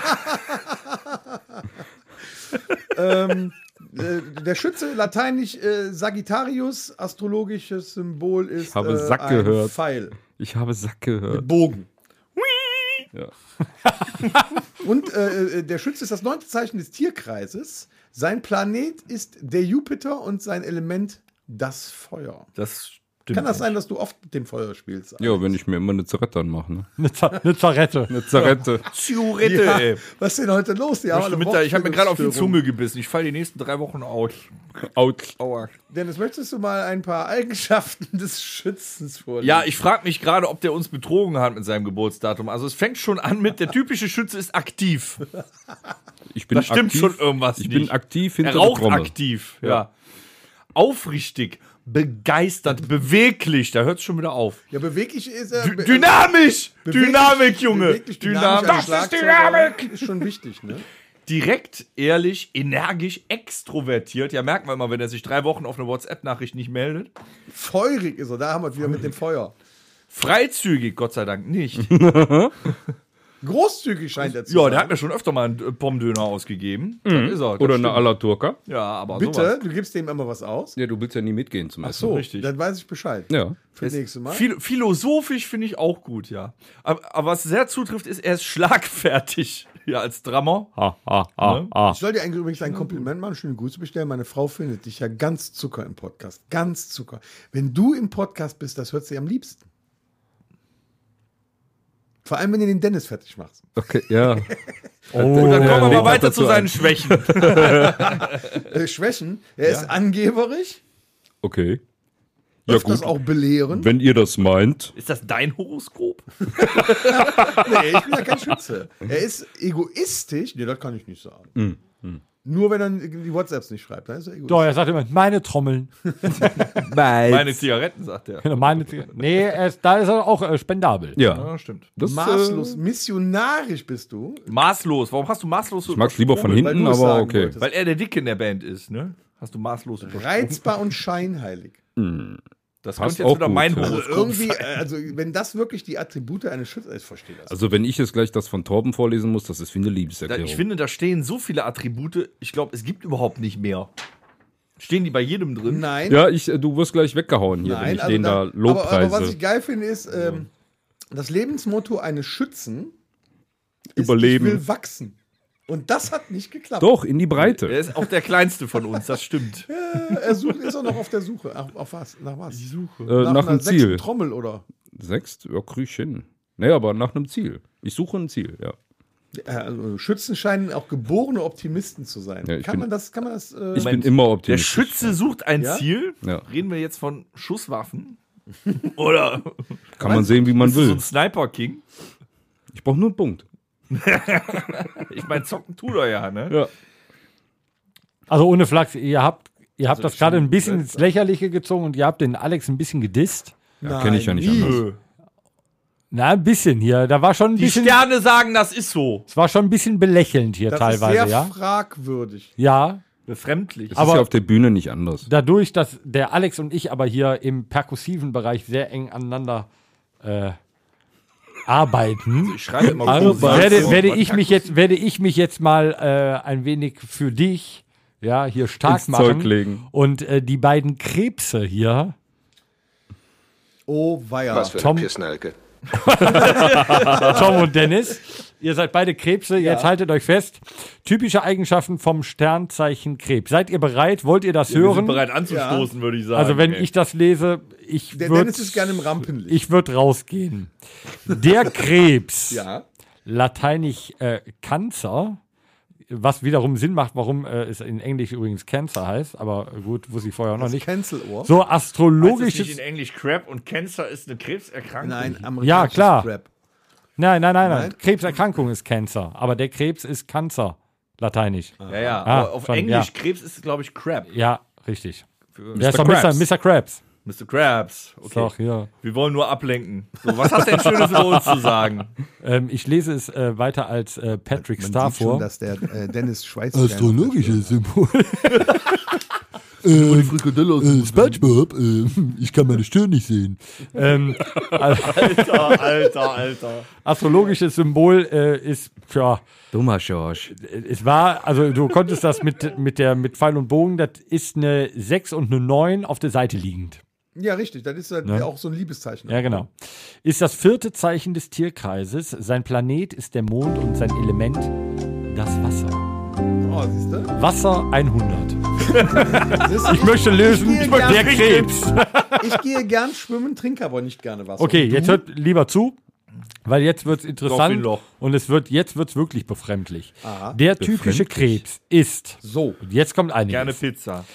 Speaker 2: Ähm, äh, der Schütze, lateinisch äh, Sagittarius, astrologisches Symbol ist
Speaker 3: Ich habe
Speaker 2: äh,
Speaker 3: Sack
Speaker 2: ein
Speaker 3: gehört.
Speaker 2: Pfeil.
Speaker 3: Ich habe Sack gehört.
Speaker 2: Bogen.
Speaker 3: Ja.
Speaker 2: Und äh, äh, der Schütze ist das neunte Zeichen des Tierkreises. Sein Planet ist der Jupiter und sein Element das Feuer.
Speaker 4: Das stimmt.
Speaker 2: Kann das sein, dass du oft mit dem Feuer spielst?
Speaker 3: Ja, wenn ich mir immer eine Zerrette anmache, ne?
Speaker 1: Eine, Zer eine Zarette.
Speaker 3: Eine Zerrette.
Speaker 4: Ziorette,
Speaker 2: Ja,
Speaker 4: ey.
Speaker 2: was ist denn heute los? Die haben
Speaker 4: Ich,
Speaker 2: alle
Speaker 4: mit der- ich habe mir gerade auf die
Speaker 2: Wortfindungsstörungen.
Speaker 4: Zunge gebissen. Ich falle die nächsten drei Wochen aus.
Speaker 3: Out.
Speaker 4: Aua.
Speaker 2: Dennis, möchtest du mal ein paar Eigenschaften des Schützens vorlesen?
Speaker 4: Ja, ich frage mich gerade, ob der uns betrogen hat mit seinem Geburtsdatum. Also es fängt schon an mit, der typische Schütze ist aktiv.
Speaker 3: Ich bin
Speaker 4: Da stimmt
Speaker 3: aktiv.
Speaker 4: schon irgendwas
Speaker 3: Ich
Speaker 4: nicht.
Speaker 3: bin aktiv hinter
Speaker 4: Er
Speaker 3: der
Speaker 4: raucht
Speaker 3: Trommel.
Speaker 4: aktiv, ja. Aufrichtig, begeistert, beweglich. Da hört es schon wieder auf.
Speaker 2: Ja, beweglich ist er.
Speaker 4: Dü dynamisch!
Speaker 2: beweglich-
Speaker 4: Dynamik, Junge!
Speaker 2: beweglich, Dynamisch, also
Speaker 4: Dynamik.
Speaker 2: ein Schlagzeuger Ist schon wichtig, ne?
Speaker 4: direkt, ehrlich, energisch, extrovertiert. Ja, merken wir immer, wenn er sich drei Wochen auf eine WhatsApp-Nachricht nicht meldet.
Speaker 2: Feurig ist er, da haben wir es wieder mit dem Feuer.
Speaker 4: Freizügig, Gott sei Dank nicht.
Speaker 2: Großzügig scheint er zu
Speaker 4: ja,
Speaker 2: sein.
Speaker 4: der hat mir schon öfter mal einen äh, Pommdöner ausgegeben. Das ist er. Das
Speaker 3: Mhm. Oder
Speaker 4: stimmt.
Speaker 3: eine Alaturka.
Speaker 4: Ja, aber
Speaker 2: Bitte,
Speaker 4: sowas.
Speaker 2: du gibst dem immer was aus.
Speaker 3: Ja, du willst ja nie mitgehen zum Essen.
Speaker 2: So,
Speaker 4: richtig.
Speaker 2: dann weiß ich Bescheid.
Speaker 3: Ja.
Speaker 2: Für das nächste Mal.
Speaker 4: Phil philosophisch finde ich auch gut, ja. Aber, aber was sehr zutrifft, ist, er ist schlagfertig. Ja, als Drummer.
Speaker 1: Ah, ah, ah,
Speaker 4: Ne?
Speaker 1: ah.
Speaker 2: Ich soll dir eigentlich übrigens ein Kompliment machen, schöne Grüße bestellen. Meine Frau findet dich ja ganz Zucker im Podcast. Ganz Zucker. Wenn du im Podcast bist, das hört sie am liebsten. Vor allem, wenn du den Dennis fertig machst.
Speaker 3: Okay, ja.
Speaker 4: Und
Speaker 2: Oh,
Speaker 4: dann kommen wir mal
Speaker 3: legt das
Speaker 4: weiter
Speaker 3: dazu
Speaker 4: zu seinen
Speaker 3: ein.
Speaker 4: Schwächen.
Speaker 2: Äh, Schwächen. Er ist angeberig.
Speaker 3: Okay. Ja,
Speaker 2: öfters
Speaker 3: gut.
Speaker 2: auch belehren.
Speaker 3: Wenn ihr das meint.
Speaker 4: Ist das dein Horoskop?
Speaker 2: Nee, ich bin ja kein Schütze. Er ist egoistisch. Nee, das kann ich nicht sagen.
Speaker 3: Mhm.
Speaker 2: Nur wenn er die WhatsApps nicht schreibt, dann ist er
Speaker 1: Doch,
Speaker 2: egoistisch.
Speaker 1: er sagt immer, meine Trommeln.
Speaker 4: Meine Zigaretten, sagt er.
Speaker 1: Genau, meine Tri- nee, er ist, da ist er auch äh, spendabel.
Speaker 3: Ja.
Speaker 4: Ja, stimmt.
Speaker 3: Das, äh,
Speaker 2: Maßlos, missionarisch bist du.
Speaker 4: Maßlos. Warum hast du maßlos
Speaker 3: Ich mag's lieber von
Speaker 2: Weil
Speaker 3: hinten,
Speaker 2: du es
Speaker 3: aber
Speaker 2: sagen
Speaker 3: okay.
Speaker 2: wolltest.
Speaker 4: Weil er der Dicke in der Band ist, ne? Hast du maßlos übersprungen.
Speaker 2: Reizbar und scheinheilig.
Speaker 4: Das
Speaker 3: Passt
Speaker 4: könnte jetzt
Speaker 3: auch
Speaker 4: wieder
Speaker 3: gut,
Speaker 4: mein
Speaker 3: ja.
Speaker 2: Also
Speaker 4: Horoskop
Speaker 2: irgendwie,
Speaker 4: sein.
Speaker 2: äh, also wenn das wirklich die Attribute eines Schützen ist, verstehe das.
Speaker 3: Also wenn ich jetzt gleich das von Torben vorlesen muss, das ist wie eine
Speaker 4: Da,
Speaker 3: Liebeserklärung.
Speaker 4: ich finde, da stehen so viele Attribute. Ich glaube, es gibt überhaupt nicht mehr. Stehen die bei jedem drin?
Speaker 2: Nein,
Speaker 3: ja, ich, äh, du wirst gleich weggehauen hier, wenn
Speaker 2: nein. also
Speaker 3: ich den da,
Speaker 2: aber, aber
Speaker 3: Lobpreise.
Speaker 2: was ich geil finde, ist, ähm, das Lebensmotto eines Schützen ist,
Speaker 3: Überleben.
Speaker 2: ich will wachsen. Und das hat nicht geklappt.
Speaker 3: Doch, in die Breite.
Speaker 4: Er ist auch der kleinste von uns, das stimmt.
Speaker 2: Äh, Er sucht, ist auch noch auf der Suche. Auf, auf was? Nach was? Die Suche.
Speaker 3: Äh, nach einem
Speaker 2: sechsten
Speaker 3: Ziel.
Speaker 2: Trommel oder?
Speaker 3: Sechs, ja, krieg ich hin. Naja, aber nach einem Ziel. Ich suche ein Ziel, ja.
Speaker 2: Ja, Also Schützen scheinen auch geborene Optimisten zu sein.
Speaker 3: Ja, ich
Speaker 2: kann
Speaker 3: bin-
Speaker 2: man das, kann man das, äh,
Speaker 3: Ich bin immer
Speaker 4: Der
Speaker 3: optimistisch.
Speaker 4: Schütze sucht ein
Speaker 2: Ja?
Speaker 4: Ziel.
Speaker 3: Ja.
Speaker 4: Reden wir jetzt von Schusswaffen? Oder
Speaker 3: Kann man sehen, wie man
Speaker 4: bist du so
Speaker 3: will.
Speaker 4: ein Sniper King?
Speaker 3: Ich brauche nur einen Punkt.
Speaker 4: Ich meine, zocken tut er ja, ne?
Speaker 3: Ja.
Speaker 1: Also ohne Flachs, ihr habt, ihr
Speaker 4: Also
Speaker 1: habt das gerade ein bisschen
Speaker 4: blöd,
Speaker 1: ins Lächerliche gezogen und ihr habt den Alex ein bisschen gedisst.
Speaker 3: Ja, kenne ich ja nicht
Speaker 2: nie.
Speaker 3: anders.
Speaker 1: Na, ein bisschen hier. Da war schon ein
Speaker 4: Die
Speaker 1: bisschen,
Speaker 4: Sterne sagen, das ist so.
Speaker 1: es war schon ein bisschen belächelnd hier
Speaker 2: das
Speaker 1: teilweise,
Speaker 2: ist sehr
Speaker 1: ja.
Speaker 2: fragwürdig.
Speaker 1: Ja,
Speaker 4: Befremdlich.
Speaker 3: Das
Speaker 1: Aber-
Speaker 3: ist ja auf der Bühne nicht anders.
Speaker 1: dadurch, dass der Alex und ich aber hier im perkussiven Bereich sehr eng aneinander äh, arbeiten,
Speaker 4: Ich schreibe immer
Speaker 1: also
Speaker 4: große
Speaker 1: werde,
Speaker 4: Sätze.
Speaker 1: werde, ich mich jetzt, werde ich mich jetzt mal äh, ein wenig für dich ja, hier stark
Speaker 3: Ins Zeug
Speaker 1: machen.
Speaker 3: legen.
Speaker 1: Und äh, die beiden Krebse hier,
Speaker 2: Oh, weia.
Speaker 9: Was für
Speaker 1: Tom-
Speaker 9: eine Pissnelke.
Speaker 1: Tom und Dennis, ihr seid beide Krebse, jetzt haltet euch fest. Typische Eigenschaften vom Sternzeichen Krebs. Seid ihr bereit? Wollt ihr das
Speaker 4: Wir sind
Speaker 1: hören?
Speaker 4: bereit anzustoßen, würde ich sagen.
Speaker 1: Also wenn
Speaker 4: Ey.
Speaker 1: ich das lese, ich
Speaker 2: Der
Speaker 1: würd-
Speaker 2: Dennis ist gerne im Rampenlicht.
Speaker 1: Ich würde rausgehen. Der Krebs,
Speaker 2: ja.
Speaker 1: lateinisch äh, Cancer, was wiederum Sinn macht, warum äh, es in Englisch übrigens Cancer heißt, aber gut, wusste ich vorher auch noch
Speaker 2: Das
Speaker 1: nicht.
Speaker 2: Cancel-Ohr.
Speaker 1: So
Speaker 4: Heißt das nicht
Speaker 1: astrologisches.
Speaker 4: in Englisch Crap und Cancer ist eine Krebserkrankung.
Speaker 2: Nein, amerikanisches
Speaker 1: Ja, klar.
Speaker 2: Rap.
Speaker 1: Nein, nein, nein, nein.
Speaker 2: Nein?
Speaker 1: Krebserkrankung ist Cancer, aber der Krebs ist Cancer, lateinisch.
Speaker 4: Ja, ja.
Speaker 1: Ah,
Speaker 4: aber auf
Speaker 1: schon,
Speaker 4: Englisch
Speaker 1: ja.
Speaker 4: Krebs ist, glaube ich, Crap.
Speaker 1: Ja, richtig.
Speaker 4: Für
Speaker 1: Der ist doch Mr. Mr. Krabs.
Speaker 4: Mr. Krabs. Okay.
Speaker 1: Ist Doch, ja.
Speaker 4: Wir wollen nur ablenken. So, was hast du denn Schönes über uns zu sagen?
Speaker 1: ähm, ich lese es äh, weiter als äh, Patrick
Speaker 2: Man
Speaker 1: Star
Speaker 2: sieht schon,
Speaker 1: vor.
Speaker 2: dass der äh, Dennis Schweizer
Speaker 5: Astrologisches Symbol. äh, äh, SpongeBob, äh, ich kann meine Stirn nicht sehen.
Speaker 1: ähm,
Speaker 4: Alter, Alter, Alter.
Speaker 1: astrologisches Symbol äh, ist, tja,
Speaker 3: Dummer George.
Speaker 1: es war, also du konntest das mit, mit, der, mit Pfeil und Bogen, das ist eine 6 und eine 9 auf der Seite liegend.
Speaker 2: Ja, richtig. Das ist halt auch so ein Liebeszeichen.
Speaker 1: Ne? Ja, genau. Ist das vierte Zeichen des Tierkreises. Sein Planet ist der Mond und sein Element das Wasser.
Speaker 2: Oh, siehst du?
Speaker 1: Wasser 100.
Speaker 2: Siehst du?
Speaker 1: Ich möchte lösen,
Speaker 2: Ich möchte-
Speaker 1: der Krebs.
Speaker 2: Ich gehe gern schwimmen, trinke aber nicht gerne Wasser.
Speaker 1: Okay,
Speaker 2: Und du?
Speaker 1: jetzt hört lieber zu, weil jetzt wird's
Speaker 4: Doch, wie ein
Speaker 1: interessant
Speaker 4: Loch.
Speaker 1: und es wird jetzt wird's wirklich befremdlich.
Speaker 2: Aha.
Speaker 1: Der typische Krebs ist
Speaker 2: So.
Speaker 1: und jetzt kommt einiges.
Speaker 4: Gerne Pizza.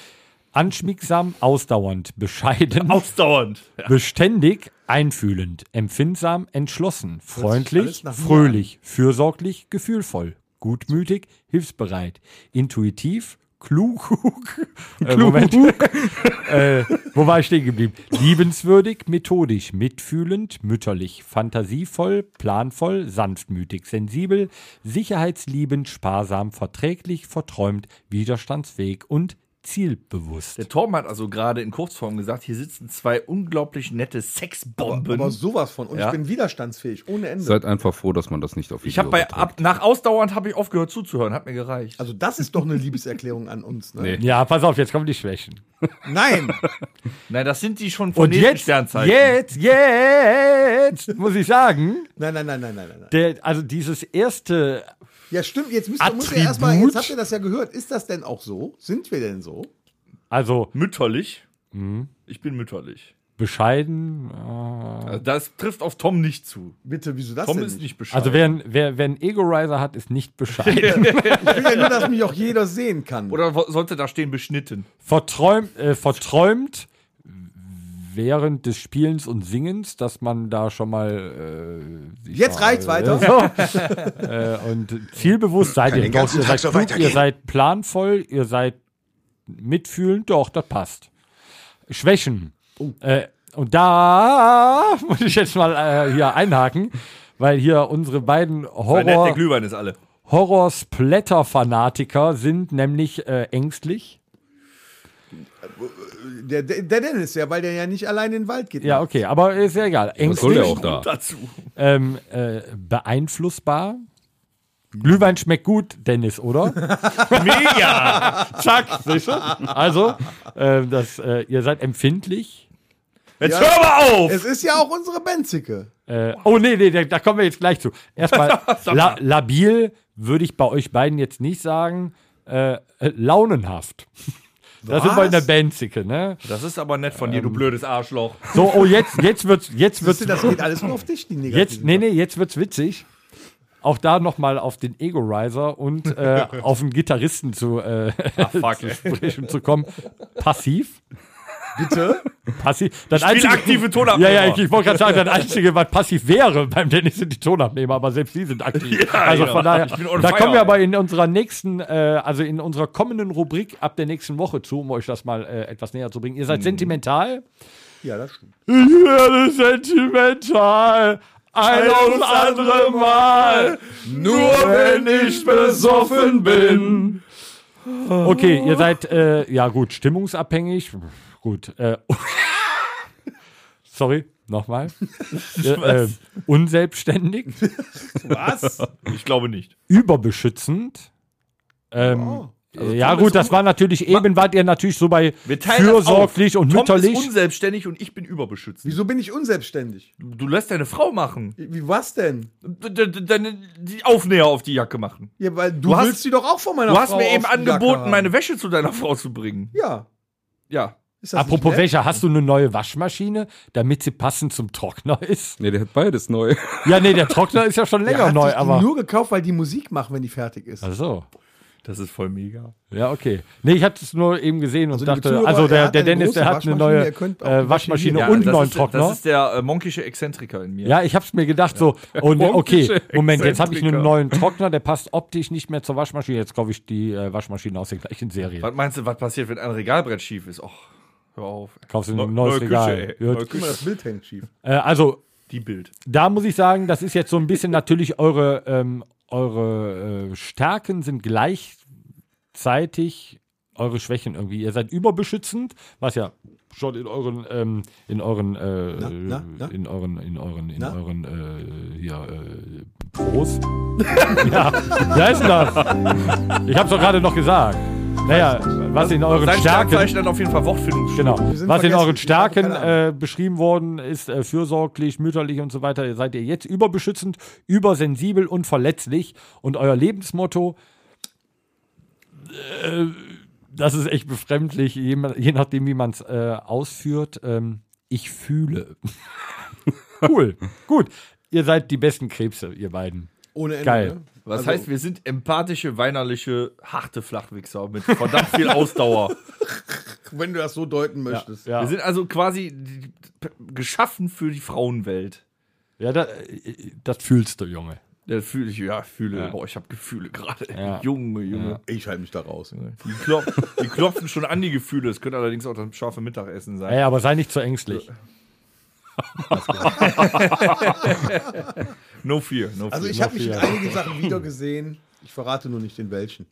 Speaker 1: Anschmiegsam, ausdauernd, bescheiden,
Speaker 4: Ausdauernd. Ja.
Speaker 1: beständig, einfühlend, empfindsam, entschlossen, freundlich,
Speaker 2: alles nach mir
Speaker 1: fröhlich, fürsorglich, gefühlvoll, gutmütig, hilfsbereit, intuitiv, klug, äh, Moment, äh, wo war ich stehen geblieben? Liebenswürdig, methodisch, mitfühlend, mütterlich, fantasievoll, planvoll, sanftmütig, sensibel, sicherheitsliebend, sparsam, verträglich, verträumt, widerstandsfähig und zielbewusst.
Speaker 4: Der Torben hat also gerade in Kurzform gesagt, hier sitzen zwei unglaublich nette Sexbomben.
Speaker 2: Aber sowas von. Und
Speaker 4: Ja.
Speaker 2: ich bin widerstandsfähig, ohne Ende.
Speaker 3: Seid einfach froh, dass man das nicht auf Video
Speaker 4: ich habe bei
Speaker 3: überträgt.
Speaker 4: ab, nach ausdauernd habe ich aufgehört zuzuhören, hat mir gereicht.
Speaker 2: also das ist doch eine Liebeserklärung an uns. Ne?
Speaker 3: Nee.
Speaker 1: Ja, pass auf, jetzt kommen die Schwächen.
Speaker 2: Nein!
Speaker 4: Nein, das sind die schon
Speaker 1: Und
Speaker 4: nächsten
Speaker 1: jetzt, jetzt, jetzt, muss ich sagen,
Speaker 2: Nein, nein, nein, nein, nein, nein. nein.
Speaker 1: der, also dieses erste,
Speaker 2: Ja, stimmt. Jetzt müsst ihr, muss ihr
Speaker 1: Attribut?
Speaker 2: erstmal, jetzt habt ihr das ja gehört. Ist das denn auch so? Sind wir denn so?
Speaker 1: also
Speaker 4: Mütterlich.
Speaker 1: Mhm.
Speaker 4: Ich bin mütterlich.
Speaker 1: bescheiden, äh,
Speaker 4: Also Das trifft auf Tom nicht zu.
Speaker 2: Bitte, wieso das
Speaker 4: Tom
Speaker 2: denn
Speaker 4: ist nicht bescheiden.
Speaker 1: also wer, ein- wer, wer einen Ego-Riser hat, ist nicht bescheiden.
Speaker 2: Ich will ja nur, dass mich auch jeder sehen kann.
Speaker 4: Oder wo- sollte da stehen beschnitten?
Speaker 1: verträumt, äh, verträumt, während des Spielens und Singens, dass man da schon mal. Äh, sich
Speaker 2: Jetzt
Speaker 1: da,
Speaker 2: reicht's weiter.
Speaker 1: So. äh, und zielbewusst seid ihr
Speaker 9: den
Speaker 1: doch.
Speaker 9: ganzen
Speaker 1: Ihr
Speaker 9: Tag
Speaker 1: seid,
Speaker 9: so
Speaker 1: klug, ihr
Speaker 9: weitergehen.
Speaker 1: seid planvoll, ihr seid mitfühlend. Doch, das passt. Schwächen. Äh, und da muss ich jetzt mal äh, hier einhaken, weil hier unsere beiden
Speaker 4: Weil der- der
Speaker 1: Horror.
Speaker 4: Glühwein ist alle.
Speaker 1: Horror-Splatter-Fanatiker sind nämlich äh, ängstlich.
Speaker 2: Der, der der Dennis, ja, weil der ja nicht allein in den Wald geht.
Speaker 1: Ja, okay, aber ist ja egal.
Speaker 3: Was soll
Speaker 1: Ängstlich,
Speaker 3: der auch da?
Speaker 4: Dazu.
Speaker 1: ähm, äh, beeinflussbar. Glühwein schmeckt gut, Dennis, oder? Mega! Zack, siehst du? Also, ähm, das, äh, ihr seid empfindlich.
Speaker 4: Jetzt hör mal auf!
Speaker 2: Es ist ja auch unsere Benzicke.
Speaker 1: Äh, oh, nee, nee, da, da kommen wir jetzt gleich zu. Erstmal, la, labil würde ich bei euch beiden jetzt nicht sagen. Äh, äh, launenhaft. Da sind wir in der Bandzicke, ne?
Speaker 4: Das ist aber nett von dir,
Speaker 1: Ähm.
Speaker 4: du blödes Arschloch.
Speaker 1: So, oh, jetzt, jetzt wird's, jetzt
Speaker 2: Wisst
Speaker 1: wird's,
Speaker 2: ihr, das geht alles nur auf dich, die negativen.
Speaker 1: jetzt, nee, nee, jetzt wird's witzig. Auch da nochmal auf den Ego Riser und äh, auf den Gitarristen zu, äh,
Speaker 4: Ah, fuck,
Speaker 1: zu
Speaker 4: ey.
Speaker 1: sprechen zu kommen. Passiv.
Speaker 2: Bitte?
Speaker 1: Passiv. Das
Speaker 4: spiel aktive Tonabnehmer.
Speaker 1: Ja, ja, ich, ich wollte gerade sagen, das Einzige, was passiv wäre beim Dennis, sind die Tonabnehmer, aber selbst die sind aktiv. also
Speaker 4: ja. genau.
Speaker 1: von daher,
Speaker 4: Ich bin on
Speaker 1: da
Speaker 4: fire,
Speaker 1: kommen wir
Speaker 4: ey.
Speaker 1: aber in unserer nächsten, äh, also in unserer kommenden Rubrik ab der nächsten Woche zu, um euch das mal äh, etwas näher zu bringen. Ihr
Speaker 4: Mhm.
Speaker 1: seid sentimental.
Speaker 2: Ja, das stimmt.
Speaker 1: Ich werde sentimental. Ein aufs andere Mal. Nur wenn ich besoffen bin. Okay, ihr seid, äh, ja gut, stimmungsabhängig. Gut. Äh, sorry, nochmal. äh, äh, unselbstständig.
Speaker 4: Was? Ich glaube nicht.
Speaker 1: Überbeschützend. Ähm,
Speaker 4: Oh,
Speaker 1: ja
Speaker 4: Tom
Speaker 1: gut,
Speaker 4: ist
Speaker 1: das
Speaker 4: un-
Speaker 1: war natürlich, eben wart ihr natürlich so bei
Speaker 4: Wir teilen das
Speaker 1: fürsorglich
Speaker 4: auf.
Speaker 1: und
Speaker 4: Tom
Speaker 1: mütterlich.
Speaker 4: ist unselbstständig und ich bin überbeschützt.
Speaker 2: Wieso bin ich unselbstständig?
Speaker 4: Du lässt deine Frau machen.
Speaker 2: Wie was denn?
Speaker 4: D- d- d- Deine die Aufnäher auf die Jacke machen.
Speaker 2: Ja, weil du,
Speaker 4: Du hast-
Speaker 2: willst die doch auch von meiner
Speaker 4: Du
Speaker 2: Frau.
Speaker 4: hast mir eben
Speaker 2: auf die Jacke
Speaker 4: angeboten,
Speaker 2: haben.
Speaker 4: meine Wäsche zu deiner Frau zu bringen.
Speaker 2: Ja.
Speaker 4: Ja.
Speaker 2: Ist das
Speaker 1: Apropos
Speaker 4: ne?
Speaker 2: nicht nett?
Speaker 1: Wäsche, hast du eine neue Waschmaschine, damit sie passend zum Trockner ist?
Speaker 3: Nee, der hat beides neu.
Speaker 1: Ja, nee, der Trockner ist ja schon
Speaker 2: Ja,
Speaker 1: länger
Speaker 2: hat sich
Speaker 1: neu,
Speaker 2: die
Speaker 1: aber. Also.
Speaker 2: nur gekauft, weil die Musik machen, wenn die fertig ist.
Speaker 1: Ach so.
Speaker 4: Das ist voll mega.
Speaker 1: Ja, okay. Nee, ich hatte es nur eben gesehen und
Speaker 2: Also, liebe
Speaker 1: dachte,
Speaker 2: Zuhörer,
Speaker 1: also
Speaker 2: er
Speaker 1: der,
Speaker 2: hat
Speaker 1: der
Speaker 2: eine
Speaker 1: Dennis, der
Speaker 2: große
Speaker 1: hat eine
Speaker 2: Waschmaschine,
Speaker 1: neue
Speaker 2: ihr könnt auch
Speaker 1: äh,
Speaker 2: die
Speaker 1: Waschmaschine
Speaker 2: Maschine-
Speaker 1: und einen
Speaker 4: das,
Speaker 1: neuen
Speaker 4: ist, das
Speaker 1: Trockner.
Speaker 4: ist der äh, monkische Exzentriker in mir.
Speaker 1: ja, ich hab's mir gedacht, so, oh, nee, okay, Moment, jetzt habe ich einen
Speaker 4: Exzentriker.
Speaker 1: neuen Trockner, der passt optisch nicht mehr zur Waschmaschine. Jetzt kaufe ich die äh, Waschmaschine aus der gleichen Serie.
Speaker 4: Was meinst du, was passiert, wenn ein Regalbrett schief ist? Och, hör auf.
Speaker 1: Kaufst du
Speaker 4: Neu-
Speaker 1: ein neues Regal.
Speaker 4: Küche, ey.
Speaker 1: Gut.
Speaker 4: Neue
Speaker 2: Guck mal,
Speaker 4: Küche.
Speaker 2: das Bild hängt schief.
Speaker 1: Äh, also,
Speaker 4: Die Bild.
Speaker 1: da muss ich sagen, das ist jetzt so ein bisschen natürlich eure, ähm, eure äh, Stärken sind gleichzeitig eure Schwächen irgendwie. Ihr seid überbeschützend, was ja schon in euren ähm, in euren äh,
Speaker 2: na, na?
Speaker 1: in euren in euren in
Speaker 2: Na?
Speaker 1: euren äh, hier äh, Pros. ja, wer ist denn das? Ich hab's doch gerade noch gesagt. Naja, was in euren
Speaker 4: Sein
Speaker 1: Stärken
Speaker 4: Stärkenzeichen hat auf jeden Fall Wortfindung.
Speaker 1: Genau.
Speaker 2: sind
Speaker 1: Was in
Speaker 2: vergessen.
Speaker 1: euren
Speaker 2: Ich habe
Speaker 1: Stärken
Speaker 2: keine Ahnung.
Speaker 1: äh, beschrieben worden ist, äh, fürsorglich, mütterlich und so weiter, seid ihr jetzt überbeschützend, übersensibel und verletzlich. Und euer Lebensmotto, äh, das ist echt befremdlich, je, je nachdem, wie man es äh, ausführt. Ähm, ich fühle. cool, gut. Ihr seid die besten Krebse, ihr beiden.
Speaker 2: Ohne Ende.
Speaker 1: Geil.
Speaker 2: Ne?
Speaker 4: Was
Speaker 2: Also-
Speaker 4: heißt, wir sind empathische, weinerliche, harte Flachwichser mit verdammt viel Ausdauer.
Speaker 2: Wenn du das so deuten möchtest.
Speaker 1: Ja,
Speaker 4: Wir sind also quasi die- die- geschaffen für die Frauenwelt.
Speaker 1: ja da, äh, das fühlst du, Junge.
Speaker 4: Ja, fühle ich, ja, fühle. Boah, ich habe Gefühle gerade.
Speaker 1: Ja.
Speaker 4: Junge, Junge.
Speaker 2: Ich halte mich da raus.
Speaker 4: Die, klop die klopfen schon an die Gefühle. Es könnte allerdings auch das scharfe Mittagessen sein.
Speaker 1: Ey, aber sei nicht so ängstlich.
Speaker 4: No fear, no fear.
Speaker 2: Also ich habe mich in einigen Sachen wiedergesehen. Ich verrate nur nicht in welchen.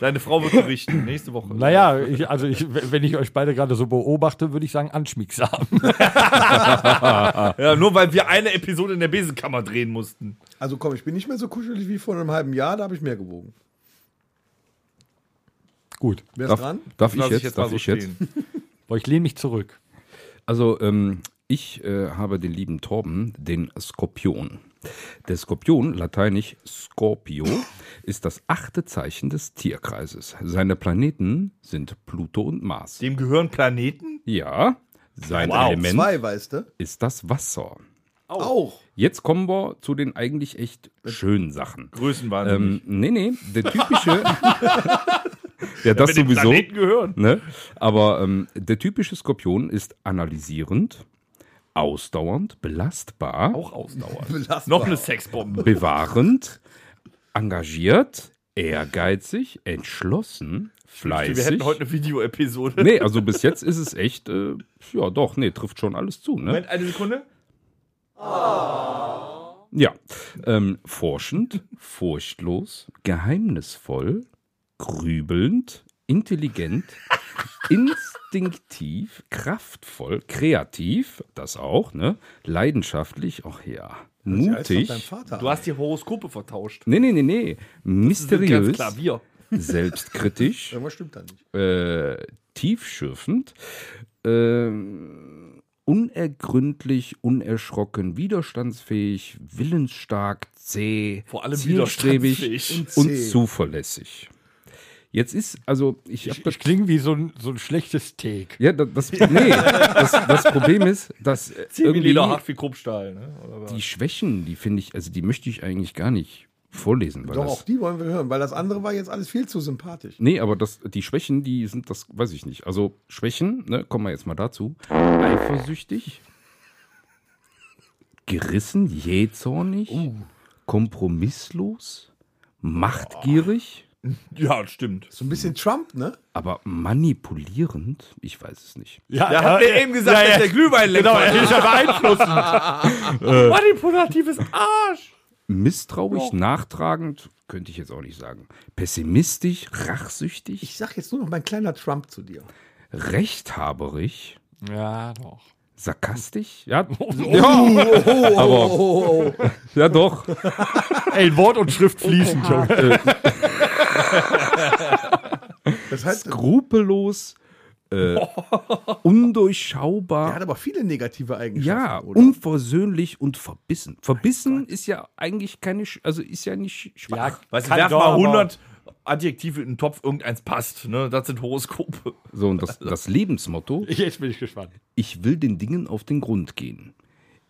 Speaker 4: Deine Frau wird berichten, nächste Woche.
Speaker 1: Naja, ich, also ich, w- wenn ich euch beide gerade so beobachte, würde ich sagen, anschmiegsam.
Speaker 4: Ja, nur weil wir eine Episode in der Besenkammer drehen mussten.
Speaker 2: Also komm, ich bin nicht mehr so kuschelig wie vor einem halben Jahr, da habe ich mehr gewogen.
Speaker 1: Gut.
Speaker 2: Wer ist
Speaker 3: Darf,
Speaker 2: dran?
Speaker 3: darf ich
Speaker 4: Lass
Speaker 3: jetzt? Darf ich jetzt?
Speaker 4: stehen.
Speaker 1: Boah, ich lehne mich zurück.
Speaker 3: Also, ähm, ich äh, habe den lieben Torben, den Skorpion. Der Skorpion, lateinisch Scorpio, ist das achte Zeichen des Tierkreises. Seine Planeten sind Pluto und Mars.
Speaker 4: Dem gehören Planeten?
Speaker 3: Ja, sein Element
Speaker 2: Zwei, weißt du?
Speaker 3: ist das Wasser.
Speaker 2: Auch.
Speaker 3: Jetzt kommen wir zu den eigentlich echt schönen Sachen.
Speaker 4: Größenwahnsinnig.
Speaker 3: Ähm, nee, nee, der typische, Ja, das
Speaker 4: Mit dem
Speaker 3: sowieso.
Speaker 4: Planeten gehören.
Speaker 3: Ne? Aber ähm, der typische Skorpion ist analysierend, ausdauernd, belastbar,
Speaker 4: Auch ausdauernd.
Speaker 2: Belastbar.
Speaker 4: Noch eine Sexbombe.
Speaker 3: bewahrend, engagiert, ehrgeizig, entschlossen,
Speaker 4: Wir
Speaker 3: fleißig.
Speaker 4: hätten heute eine Videoepisode.
Speaker 3: Nee, also bis jetzt ist es echt, äh, ja doch, nee, trifft schon alles zu, ne?
Speaker 4: Moment, eine Sekunde.
Speaker 3: Ja. Ähm, forschend, furchtlos, geheimnisvoll, grübelnd, intelligent, instinktiv, kraftvoll, kreativ, das auch, ne? Leidenschaftlich, auch ja.
Speaker 2: Als von
Speaker 3: Mutig.
Speaker 2: deinem Vater.
Speaker 4: Du hast die Horoskope vertauscht.
Speaker 3: Nee, nee, nee, nee.
Speaker 4: Ganz
Speaker 3: Mysteriös,
Speaker 4: klar, wir.
Speaker 3: selbstkritisch,
Speaker 2: Irgendwas stimmt da nicht.
Speaker 3: äh, tiefschürfend, ähm, unergründlich, unerschrocken, widerstandsfähig, willensstark, zäh,
Speaker 4: Vor allem
Speaker 3: zielstrebig
Speaker 4: widerstandsfähig.
Speaker 3: und
Speaker 2: Zäh.
Speaker 3: zuverlässig. Jetzt ist, also ich habe
Speaker 1: Ich,
Speaker 3: das.
Speaker 1: ich klinge wie so ein, so ein schlechtes Steak.
Speaker 3: Ja, da- das, nee, das, das Problem ist, dass äh,
Speaker 4: 10
Speaker 3: irgendwie
Speaker 4: Milliliter hart wie Kruppstahl. Ne? Oder was?
Speaker 3: die Schwächen, die finde ich, also die möchte ich eigentlich gar nicht vorlesen. Weil
Speaker 2: Doch,
Speaker 3: das,
Speaker 2: auch die wollen wir hören, weil das andere war jetzt alles viel zu sympathisch.
Speaker 3: Nee, aber das, die Schwächen, die sind das, weiß ich nicht. Also Schwächen, ne, kommen wir jetzt mal dazu. Eifersüchtig, gerissen, jähzornig,
Speaker 2: Oh.
Speaker 3: kompromisslos, machtgierig,
Speaker 4: Ja, stimmt.
Speaker 2: So ein bisschen Trump, ne?
Speaker 3: aber manipulierend, ich weiß es nicht.
Speaker 1: Ja,
Speaker 4: Der hat mir eben gesagt,
Speaker 1: ja, ja.
Speaker 4: dass der Glühwein leckt.
Speaker 1: Genau, er ist ja Äh. beeinflussend.
Speaker 4: Manipulatives Arsch.
Speaker 3: Misstrauisch, nachtragend, könnte ich jetzt auch nicht sagen. Pessimistisch, rachsüchtig,
Speaker 2: Ich sag jetzt nur noch mein kleiner Trump zu dir.
Speaker 3: rechthaberig,
Speaker 1: Ja, doch.
Speaker 3: sarkastisch, ja,
Speaker 2: Oh,
Speaker 3: aber, ja doch.
Speaker 1: Ey, in Wort und Schrift fließend, Junge.
Speaker 2: Das heißt, er
Speaker 3: skrupellos, äh,
Speaker 2: hat
Speaker 3: undurchschaubar,
Speaker 2: aber viele negative Eigenschaften.
Speaker 3: ja,
Speaker 2: oder?
Speaker 3: unversöhnlich und verbissen. Verbissen ist ja eigentlich keine, sch- also ist ja nicht schwach.
Speaker 4: Weißt du,
Speaker 1: Kann
Speaker 4: werf
Speaker 1: doch,
Speaker 4: mal
Speaker 1: aber-
Speaker 4: 100 Adjektive in den Topf, irgendeins passt. Ne? Das sind Horoskope.
Speaker 3: So, und das, das Lebensmotto,
Speaker 1: Jetzt bin ich gespannt.
Speaker 3: ich will den Dingen auf den Grund gehen.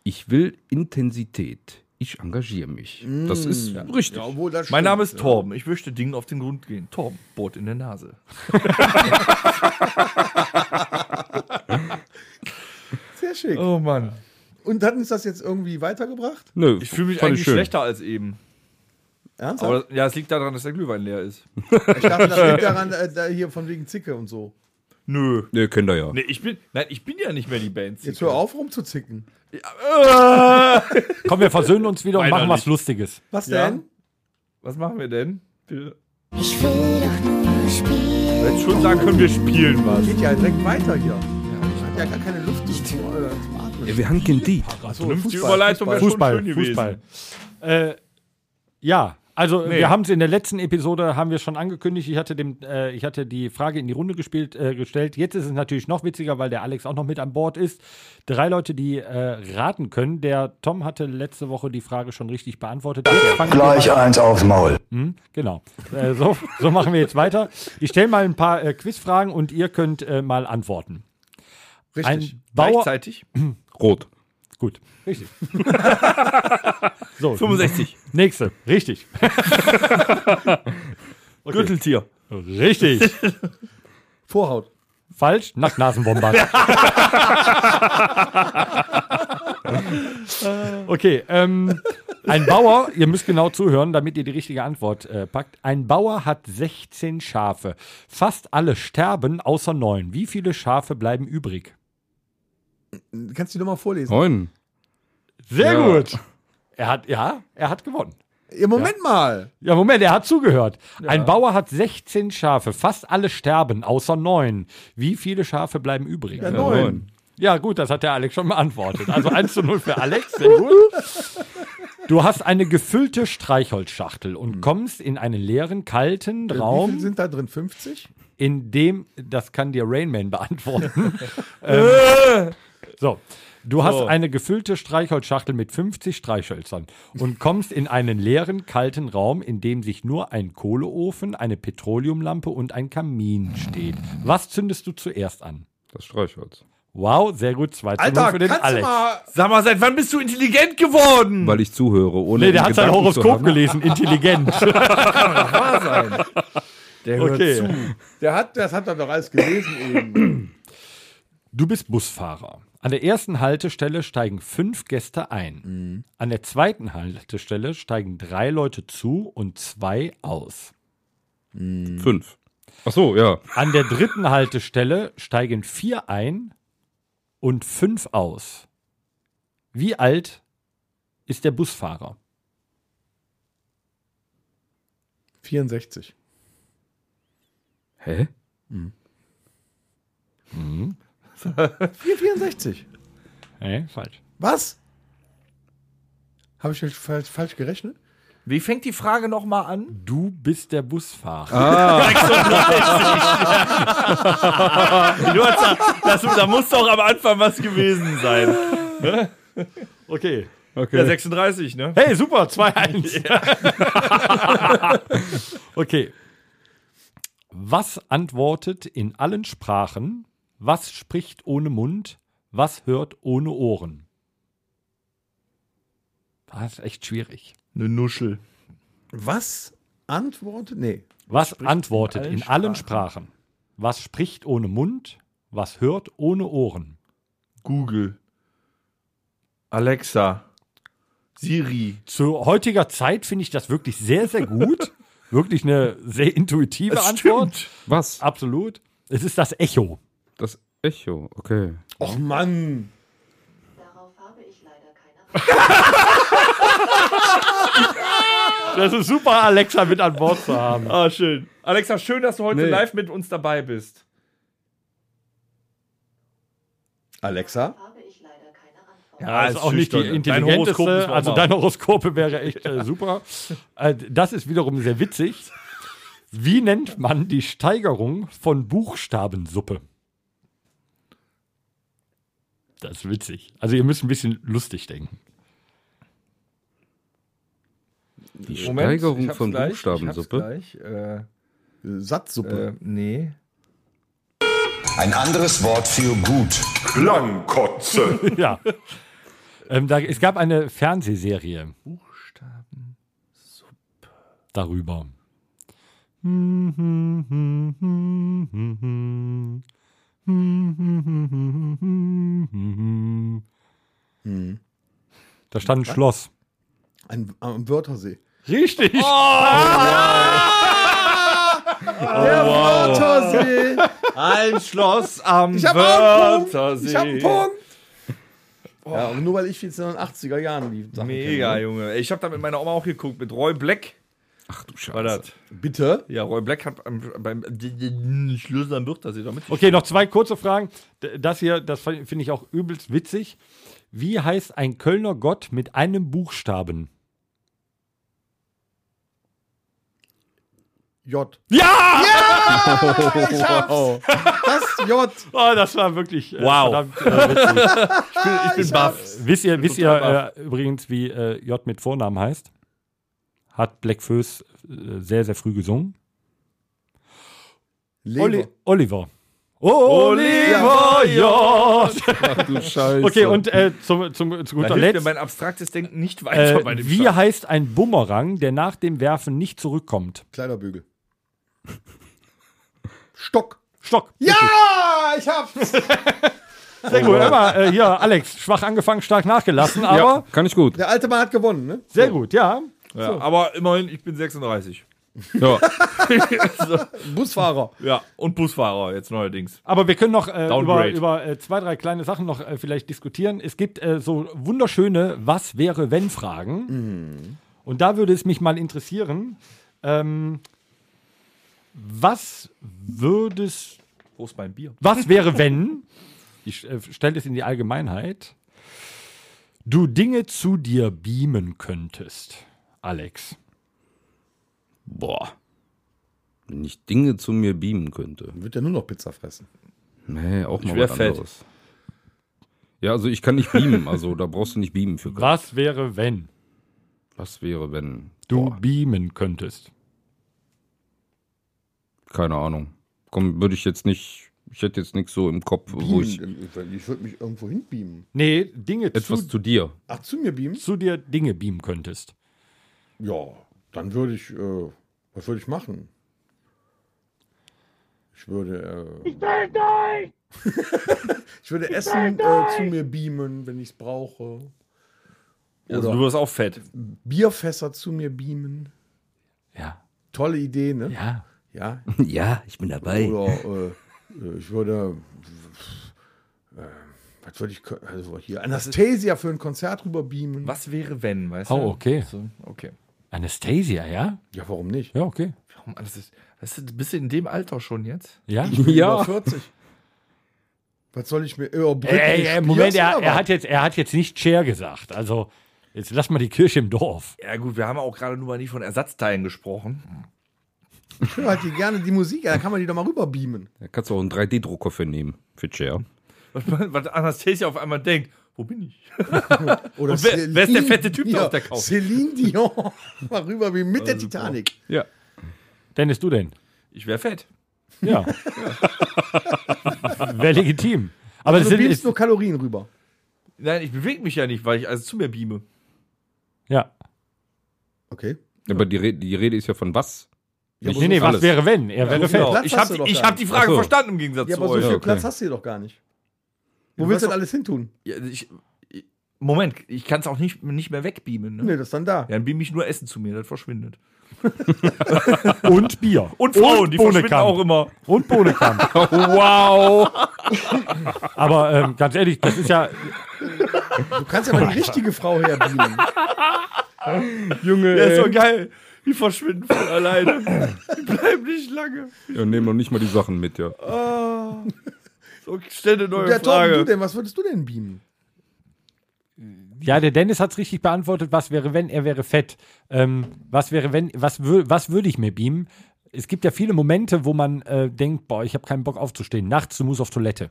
Speaker 3: Ich will Intensität. Ich engagiere mich. Das ist richtig.
Speaker 2: Ja, obwohl, das
Speaker 4: Mein
Speaker 2: stimmt,
Speaker 4: Name ist
Speaker 2: ja.
Speaker 4: Torben. Ich möchte Dingen auf den Grund gehen. Torben, Boot in der Nase.
Speaker 2: Sehr schick.
Speaker 4: Oh Mann.
Speaker 2: Und hat uns das jetzt irgendwie weitergebracht?
Speaker 3: Nö,
Speaker 4: Ich fühle mich
Speaker 3: fand ich
Speaker 4: eigentlich
Speaker 3: schön.
Speaker 4: schlechter als eben.
Speaker 2: Ernsthaft?
Speaker 4: Aber ja, es liegt daran, dass der Glühwein leer ist.
Speaker 2: ich dachte, das liegt daran, äh, da hier von wegen Zicke und so.
Speaker 4: Nö.
Speaker 3: Nö, kennt ihr ja.
Speaker 4: Nee, ich bin, nein, ich bin ja nicht mehr die Bands.
Speaker 2: Jetzt hör auf, rumzuzicken.
Speaker 1: Komm, wir versöhnen uns wieder und
Speaker 4: Weiter
Speaker 1: machen was
Speaker 4: nicht.
Speaker 1: Lustiges.
Speaker 2: Was
Speaker 4: Ja.
Speaker 2: denn?
Speaker 4: Was machen wir denn? Wir
Speaker 7: Ich will doch nur spielen.
Speaker 4: hätten schon sagen können, wir spielen was.
Speaker 2: Geht ja direkt weiter hier. Hat ja gar keine Luft zum, äh, zum Atmen.
Speaker 3: Ja, wir haben kein Diet.
Speaker 2: Achso,
Speaker 4: Vernünftige Überleitung wäre schon
Speaker 1: Fußball,
Speaker 4: schön gewesen.
Speaker 1: Fußball. Äh, ja, also wir haben es in der letzten Episode haben wir schon angekündigt. Ich hatte dem, äh, ich hatte die Frage in die Runde gespielt, äh, gestellt. Jetzt ist es natürlich noch witziger, weil der Alex auch noch mit an Bord ist. Drei Leute, die äh, raten können. Der Tom hatte letzte Woche die Frage schon richtig beantwortet. Jetzt fangen wir
Speaker 9: Gleich
Speaker 1: mal-
Speaker 9: eins aufs Maul.
Speaker 1: Genau. Äh, so, so machen wir jetzt weiter. Ich stelle mal ein paar äh, Quizfragen und ihr könnt äh, mal antworten.
Speaker 2: Richtig.
Speaker 1: Ein Bauer.
Speaker 4: Gleichzeitig.
Speaker 3: Rot.
Speaker 1: Gut, richtig. so,
Speaker 4: 65.
Speaker 1: nächste. Richtig.
Speaker 4: Gürteltier.
Speaker 1: Richtig.
Speaker 2: Vorhaut.
Speaker 1: Falsch. Nacktnasenbombard. okay, ähm, ein Bauer, ihr müsst genau zuhören, damit ihr die richtige Antwort äh, packt. Ein Bauer hat 16 Schafe. Fast alle sterben, außer neun. Wie viele Schafe bleiben übrig?
Speaker 2: Kannst du die nochmal vorlesen?
Speaker 3: Neun.
Speaker 1: Sehr
Speaker 3: Ja.
Speaker 1: gut. Er hat, ja, er hat gewonnen.
Speaker 2: Ja, Moment mal.
Speaker 1: Ja, Moment, er hat zugehört. Ein Bauer hat 16 Schafe. Fast alle sterben, außer neun. Wie viele Schafe bleiben übrig? Ja,
Speaker 2: neun.
Speaker 1: gut, das hat der Alex schon beantwortet. Also 1 zu 0 für Alex, sehr gut. Du hast eine gefüllte Streichholzschachtel und kommst in einen leeren, kalten
Speaker 2: Hm. Äh, Wie viele
Speaker 1: Raum,
Speaker 2: sind da drin? 50?
Speaker 1: in dem, das kann dir Rainman beantworten.
Speaker 4: Äh.
Speaker 1: ähm, so. Du hast eine gefüllte Streichholzschachtel mit 50 Streichhölzern und kommst in einen leeren, kalten Raum, in dem sich nur ein Kohleofen, eine Petroleumlampe und ein Kamin steht. Was zündest du zuerst an?
Speaker 3: Das Streichholz.
Speaker 1: Wow, sehr gut. 2 zu 0 für den Alex.
Speaker 2: mal.
Speaker 4: Sag mal, seit wann bist du intelligent geworden?
Speaker 3: Weil ich zuhöre, ohne
Speaker 1: Nee, der
Speaker 3: einen
Speaker 1: hat sein
Speaker 3: Gedanken zu
Speaker 1: Horoskop
Speaker 3: haben.
Speaker 1: gelesen. Intelligent.
Speaker 4: Der hört
Speaker 1: Okay.
Speaker 4: zu.
Speaker 2: Der hat, das hat er doch alles gelesen eben.
Speaker 1: Du bist Busfahrer. An der ersten Haltestelle steigen fünf Gäste ein. An der zweiten Haltestelle steigen drei Leute zu und zwei aus.
Speaker 3: Fünf. Ach so, ja.
Speaker 1: An der dritten Haltestelle steigen vier ein und fünf aus. Wie alt ist der Busfahrer?
Speaker 2: 64.
Speaker 3: Hä?
Speaker 2: Mhm. 464.
Speaker 1: Nee, falsch.
Speaker 2: Was? Habe ich jetzt falsch, falsch gerechnet?
Speaker 4: Wie fängt die Frage nochmal an?
Speaker 1: Du bist der Busfahrer.
Speaker 4: Du hast, das, da muss doch am Anfang was gewesen sein.
Speaker 1: Ne? Okay.
Speaker 4: Ja, 36, ne?
Speaker 1: Hey, super, 2-1. okay. Was antwortet in allen Sprachen? Was spricht ohne Mund? Was hört ohne Ohren? Das ist echt schwierig.
Speaker 4: Eine Nuschel.
Speaker 2: Was? Antwort? Nee.
Speaker 1: Was antwortet in allen Sprachen? Was spricht ohne Mund? Was hört ohne Ohren?
Speaker 4: Google. Alexa. Siri.
Speaker 1: Zu heutiger Zeit finde ich das wirklich sehr, sehr gut. wirklich eine sehr intuitive
Speaker 4: Es
Speaker 1: Antwort.
Speaker 3: Was?
Speaker 1: Absolut. Es ist das Echo.
Speaker 3: Das Echo, okay.
Speaker 2: Och Mann.
Speaker 9: Darauf habe ich leider keine
Speaker 1: Das ist super, Alexa mit an Bord zu haben.
Speaker 4: Ah, schön. Alexa, schön, dass du heute
Speaker 3: Nee.
Speaker 4: live mit uns dabei bist.
Speaker 2: Alexa?
Speaker 9: habe ich leider keine Antwort.
Speaker 1: Ja, ist
Speaker 4: Ah, ist
Speaker 1: auch nicht die
Speaker 4: schüchtern. Dein
Speaker 1: intelligenteste.
Speaker 4: Horoskop müssen wir
Speaker 1: Also
Speaker 4: machen.
Speaker 1: dein Horoskope wäre echt äh, super. Äh, das ist wiederum sehr witzig. Wie nennt man die Steigerung von Buchstabensuppe? Das ist witzig. Also ihr müsst ein bisschen lustig denken.
Speaker 3: Die
Speaker 4: Moment, ich
Speaker 3: Steigerung
Speaker 4: hab's
Speaker 3: von
Speaker 4: gleich, Ich
Speaker 3: Buchstabensuppe.
Speaker 4: hab's gleich. Äh,
Speaker 2: Satzsuppe.
Speaker 4: äh, nee.
Speaker 10: Ein anderes Wort für gut.
Speaker 6: Klangkotze.
Speaker 1: Ja. ähm, da, es gab eine Fernsehserie
Speaker 4: Buchstaben.
Speaker 1: darüber. Da stand ein Schloss. Oh.
Speaker 2: Ein, am Wörthersee.
Speaker 1: Richtig.
Speaker 2: Wörthersee!
Speaker 4: Ein Schloss am
Speaker 2: Ich habe einen Punkt!
Speaker 4: Wörthersee.
Speaker 2: Ich habe einen Punkt! Ja, und nur weil ich jetzt in den 80er Jahren die Sachen
Speaker 4: Mega,
Speaker 2: kenne. ne?
Speaker 4: Junge. Ich habe da mit meiner Oma auch geguckt, mit Roy Black.
Speaker 3: Ach du
Speaker 4: War
Speaker 3: Scheiße.
Speaker 4: das?
Speaker 2: Bitte?
Speaker 4: Ja, Roy Black hat am, beim d- d- Schluss am Wörthersee damit.
Speaker 1: Okay, noch zwei kurze Fragen. D- Das hier, das fin- finde ich auch übelst witzig. Wie heißt ein Kölner Gott mit einem Buchstaben?
Speaker 2: J.
Speaker 1: Ja!
Speaker 2: Ah, Ich hab's! Das J.
Speaker 1: Oh, das war wirklich äh,
Speaker 4: Wow.
Speaker 1: verdammt äh, witzig.
Speaker 4: Ich bin baff.
Speaker 1: Wisst ihr, wisst ihr
Speaker 4: total
Speaker 1: äh, übrigens, wie äh, J mit Vornamen heißt? Hat Black Föß äh, sehr, sehr früh gesungen.
Speaker 2: Leber.
Speaker 1: Oli Oliver. Oliver J.
Speaker 3: Ach du Scheiße.
Speaker 1: Okay, und äh, zum, zum, zu
Speaker 4: Da
Speaker 1: guter
Speaker 4: hilft mir
Speaker 1: Letzt.
Speaker 4: mein abstraktes Denken nicht weiter
Speaker 1: Äh,
Speaker 4: bei dem
Speaker 1: wie
Speaker 4: Scheiß.
Speaker 1: heißt ein Bumerang, der nach dem Werfen nicht zurückkommt?
Speaker 2: Kleiderbügel. Stock.
Speaker 1: Stock.
Speaker 2: Ja, ich hab's!
Speaker 1: Sehr gut. Immer, äh, hier, Alex, schwach angefangen, stark nachgelassen, aber
Speaker 3: ja, kann ich gut.
Speaker 2: Der alte Mann hat gewonnen, ne?
Speaker 1: sehr gut, ja.
Speaker 4: ja, Aber immerhin, ich bin 36.
Speaker 3: Ja.
Speaker 2: Busfahrer.
Speaker 4: Ja, und Busfahrer jetzt neuerdings.
Speaker 1: Aber wir können noch äh, über,
Speaker 4: Downgrade.
Speaker 1: über äh, zwei, drei kleine Sachen noch äh, vielleicht diskutieren. Es gibt äh, so wunderschöne Was wäre wenn Fragen. Und da würde es mich mal interessieren, ähm, was würdest,
Speaker 4: Wo ist mein Bier?
Speaker 1: was wäre wenn, ich äh, stelle es in die Allgemeinheit, du Dinge zu dir beamen könntest, Alex.
Speaker 3: Boah. Wenn ich Dinge zu mir beamen könnte.
Speaker 2: Wird ja nur noch Pizza fressen.
Speaker 3: Nee, auch mal
Speaker 4: wär
Speaker 3: was
Speaker 4: fett.
Speaker 3: anderes. Ja, also ich kann nicht beamen, also da brauchst du nicht beamen für.
Speaker 1: Was wäre wenn?
Speaker 3: Was wäre, wenn.
Speaker 1: du
Speaker 3: Boah,
Speaker 1: beamen könntest.
Speaker 3: keine Ahnung. Komm, würde ich jetzt nicht. Ich hätte jetzt nichts so im Kopf, wo ich.
Speaker 2: Beamen. Ich würde mich irgendwo hinbeamen.
Speaker 1: Nee, Dinge
Speaker 3: Etwas
Speaker 1: zu,
Speaker 3: zu dir.
Speaker 2: Ach, zu mir beamen?
Speaker 1: zu dir Dinge beamen könntest.
Speaker 2: Ja, dann würde ich, äh, was würde ich machen? Ich würde. Äh, ich Ich würde Essen äh, zu mir beamen, wenn ich es brauche.
Speaker 4: Also du wirst auch fett.
Speaker 2: Bierfässer zu mir beamen.
Speaker 1: Ja.
Speaker 2: Tolle Idee, ne?
Speaker 1: Ja.
Speaker 2: Ja.
Speaker 3: Ja, ich bin dabei.
Speaker 2: Oder äh, ich würde. Äh, was würde ich. kö- Also hier Anastasia für ein Konzert rüber beamen.
Speaker 4: Was wäre, wenn, weißt du?
Speaker 1: Oh, okay.
Speaker 4: So, okay.
Speaker 1: Anastasia, ja?
Speaker 2: Ja, warum nicht?
Speaker 1: Ja, okay.
Speaker 4: Warum alles ist. Weißt du, bist du in dem Alter schon jetzt?
Speaker 1: Ja.
Speaker 2: Über
Speaker 3: Ja.
Speaker 2: 40. Was soll ich mir. Oh, Britney
Speaker 1: Ey, ey,
Speaker 2: Spears
Speaker 1: Moment, er,
Speaker 2: oder
Speaker 1: er,
Speaker 2: was?
Speaker 1: hat jetzt, er hat jetzt nicht Cher gesagt. Also, jetzt lass mal die Kirche im Dorf.
Speaker 4: Ja, gut, wir haben auch gerade nur mal nicht von Ersatzteilen gesprochen.
Speaker 2: Ich höre halt hier gerne die Musik, ja, da kann man die doch mal rüber beamen.
Speaker 3: Da kannst du auch einen 3D-Drucker für nehmen, für Chair.
Speaker 4: Was, was Anastasia auf einmal denkt, wo bin ich?
Speaker 2: Oder
Speaker 4: Und wer- wer ist der fette Typ da
Speaker 2: ja,
Speaker 4: auf der Couch? Also,
Speaker 2: Celine Dion. mal rüber beamen mit der Titanic.
Speaker 3: Ja.
Speaker 1: Dennis, du denn?
Speaker 4: Ich wäre fett.
Speaker 1: Ja. Wäre legitim. Aber das
Speaker 2: Also du
Speaker 1: sind,
Speaker 2: beamst
Speaker 1: ist,
Speaker 2: nur Kalorien rüber.
Speaker 4: Nein, ich bewege mich ja nicht, weil ich also zu mir beame.
Speaker 1: ja.
Speaker 2: Okay.
Speaker 3: Aber die, Re die Rede ist ja von was?
Speaker 2: Ja, aber
Speaker 1: nee, nee,
Speaker 3: ist
Speaker 1: was
Speaker 3: alles.
Speaker 1: wäre, wenn? Er wäre fett.
Speaker 2: genau. Platz
Speaker 4: Ich
Speaker 2: hast
Speaker 4: habe
Speaker 2: du
Speaker 4: die,
Speaker 2: doch
Speaker 4: ich
Speaker 2: gar
Speaker 4: hab die Frage
Speaker 3: Ach so.
Speaker 4: verstanden im Gegensatz
Speaker 2: Ja,
Speaker 4: zu
Speaker 2: aber so viel
Speaker 4: euch.
Speaker 3: Ja, okay.
Speaker 2: Platz hast du hier doch gar nicht. Wo
Speaker 4: Du
Speaker 2: willst
Speaker 4: weißt
Speaker 2: du
Speaker 4: doch-
Speaker 2: denn alles hintun?
Speaker 4: Ja, also ich, Moment, ich kann es auch nicht, nicht mehr wegbeamen. Ne?
Speaker 2: Nee, das ist dann da.
Speaker 4: Ja, Dann beam ich nur Essen zu mir, das verschwindet.
Speaker 1: Und Bier.
Speaker 4: genau. Und Frauen, die verschwinden
Speaker 1: Bohnenkamp.
Speaker 4: auch immer.
Speaker 1: Und Bohnenkamp. wow. Aber ähm, ganz ehrlich, das ist ja.
Speaker 2: Du kannst ja mal die richtige Frau herbeamen.
Speaker 3: Junge.
Speaker 4: Das ist doch geil. Die verschwinden von alleine. Die bleiben nicht lange.
Speaker 3: Ja, nehmen noch nicht mal die Sachen mit, ja.
Speaker 4: So, stell eine neue
Speaker 2: Ja, Torben, du
Speaker 4: Frage.
Speaker 2: denn? Was würdest du denn beamen?
Speaker 1: Ja, der Dennis hat es richtig beantwortet. Was wäre, wenn er wäre fett? Ähm, was wäre, wenn, was, wür- was würde ich mir beamen? Es gibt ja viele Momente, wo man äh, denkt, boah, ich habe keinen Bock aufzustehen. Nachts, du musst auf Toilette.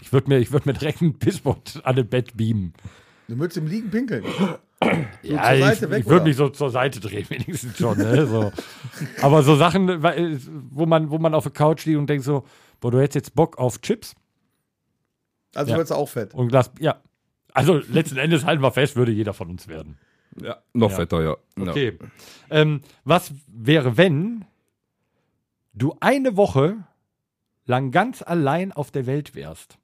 Speaker 1: Ich würde mir, ich würd mir direkt einen Pissbot an dem Bett beamen.
Speaker 2: Du würdest im Liegen pinkeln.
Speaker 1: Ja,
Speaker 2: zur
Speaker 1: ich,
Speaker 2: Seite weg,
Speaker 1: ich würde
Speaker 2: oder?
Speaker 1: mich so zur Seite drehen, wenigstens schon. Ne? So. Aber so Sachen, weil, wo man, wo man auf der Couch liegt und denkt so, boah, du hättest jetzt Bock auf Chips
Speaker 2: Also
Speaker 1: Ja.
Speaker 2: würdest du auch fett.
Speaker 1: und ein Glas, ja. Also letzten Endes halten wir fest, würde jeder von uns werden.
Speaker 3: ja. Noch
Speaker 1: Ja.
Speaker 3: fetter, ja. ja.
Speaker 1: Okay. Ähm, was wäre, wenn du eine Woche lang ganz allein auf der Welt wärst?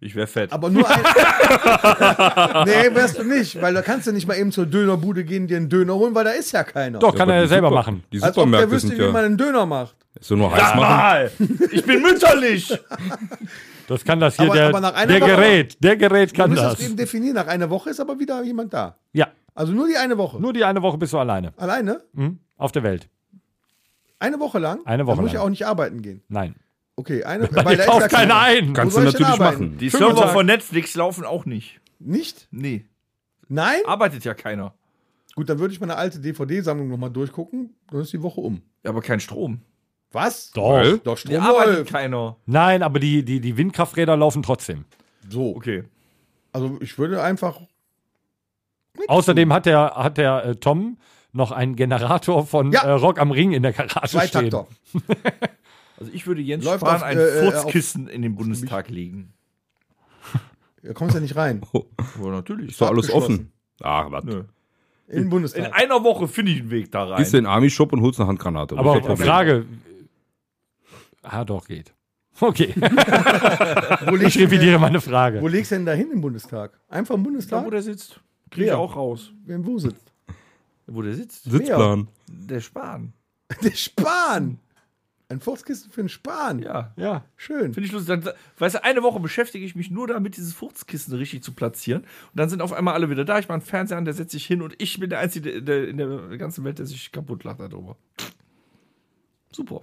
Speaker 4: Ich wäre fett.
Speaker 2: Aber nur ein. nee, wärst du nicht, weil da kannst du nicht mal eben zur Dönerbude gehen, dir einen Döner holen, weil da ist ja keiner.
Speaker 1: Doch,
Speaker 3: Ja,
Speaker 1: kann
Speaker 3: aber
Speaker 1: er ja
Speaker 3: die
Speaker 1: selber
Speaker 3: Super-
Speaker 1: machen.
Speaker 3: Die
Speaker 4: Also,
Speaker 2: Als ob der
Speaker 3: Supermärkte
Speaker 2: wüsste,
Speaker 3: sind
Speaker 2: wie man
Speaker 3: ja.
Speaker 2: einen Döner macht.
Speaker 3: So
Speaker 4: Ah,
Speaker 3: nur heiß machen.
Speaker 4: Mal! Ich bin mütterlich!
Speaker 1: Das kann das hier,
Speaker 2: Aber-
Speaker 1: der,
Speaker 2: aber nach einer
Speaker 1: der
Speaker 2: Woche-
Speaker 1: Gerät, der Gerät
Speaker 2: Du
Speaker 1: kann
Speaker 2: musst
Speaker 1: das.
Speaker 2: das eben definieren. Nach einer Woche ist aber wieder jemand da.
Speaker 1: Ja,
Speaker 2: Also nur die eine Woche.
Speaker 1: nur die eine Woche bist du alleine.
Speaker 2: Alleine?
Speaker 1: Mhm. Auf der Welt.
Speaker 2: Eine Woche lang?
Speaker 1: Eine Woche
Speaker 2: Dann muss ich
Speaker 1: lang.
Speaker 2: auch nicht arbeiten gehen.
Speaker 1: Nein.
Speaker 2: Okay, eine
Speaker 1: Bei dir taucht keiner
Speaker 2: keiner.
Speaker 1: ein.
Speaker 3: Kannst du
Speaker 2: soll ich denn
Speaker 3: natürlich
Speaker 2: arbeiten?
Speaker 3: machen.
Speaker 4: Die
Speaker 2: Schönen
Speaker 4: Server
Speaker 2: Tag.
Speaker 4: von Netflix laufen auch nicht.
Speaker 2: Nicht?
Speaker 4: Nee.
Speaker 2: Nein?
Speaker 4: Arbeitet ja keiner.
Speaker 2: Gut, dann würde ich meine alte DVD-Sammlung nochmal durchgucken. Dann ist die Woche um.
Speaker 4: Ja, aber kein Strom.
Speaker 2: Was?
Speaker 1: Doch.
Speaker 2: Doch, Strom
Speaker 4: Der arbeitet
Speaker 2: läuft.
Speaker 4: keiner.
Speaker 1: Nein, aber die, die, die Windkrafträder laufen trotzdem.
Speaker 2: So.
Speaker 4: Okay.
Speaker 2: Also ich würde einfach.
Speaker 1: Außerdem hat der, hat der äh, Tom noch einen Generator von
Speaker 2: Ja.
Speaker 1: äh, Rock am Ring in der Garage
Speaker 2: Zwei
Speaker 1: stehen.
Speaker 2: Takter.
Speaker 4: Also ich würde Jens
Speaker 2: Läuft
Speaker 4: Spahn
Speaker 2: auf,
Speaker 4: ein
Speaker 2: äh, äh,
Speaker 4: Furzkissen in den Bundestag legen.
Speaker 2: Da kommst du ja nicht rein.
Speaker 4: Aber natürlich.
Speaker 3: Ist doch alles
Speaker 2: Abgeschlossen.
Speaker 3: offen. Ach, was.
Speaker 4: Nö.
Speaker 2: In den
Speaker 4: In
Speaker 2: Bundestag.
Speaker 4: einer Woche finde ich einen Weg da rein.
Speaker 3: Gehst du in den Army-Shop und holst eine Handgranate.
Speaker 1: Aber
Speaker 3: Das ist kein Problem.
Speaker 1: Frage. Ah, doch, geht. Okay,
Speaker 2: Wo
Speaker 1: ich
Speaker 2: legst, du denn,
Speaker 1: revidiere meine Frage.
Speaker 2: wo legst du denn da hin im Bundestag? Einfach im Bundestag?
Speaker 4: da, wo der sitzt. Krieg ich
Speaker 2: Ja.
Speaker 4: auch raus.
Speaker 2: Wenn wo sitzt?
Speaker 4: Wo der sitzt?
Speaker 3: Sitzplan.
Speaker 4: Der Spahn.
Speaker 2: Der Spahn! Ein Furzkissen für den Spahn.
Speaker 4: Ja.
Speaker 1: Ja.
Speaker 2: Schön.
Speaker 4: Finde ich lustig. Dann, weißt du, eine Woche beschäftige ich mich nur damit, dieses Furzkissen richtig zu platzieren. Und dann sind auf einmal alle wieder da. Ich mache einen Fernseher an, der setzt sich hin und ich bin der Einzige der, in der ganzen Welt, der sich kaputt lacht darüber. Super.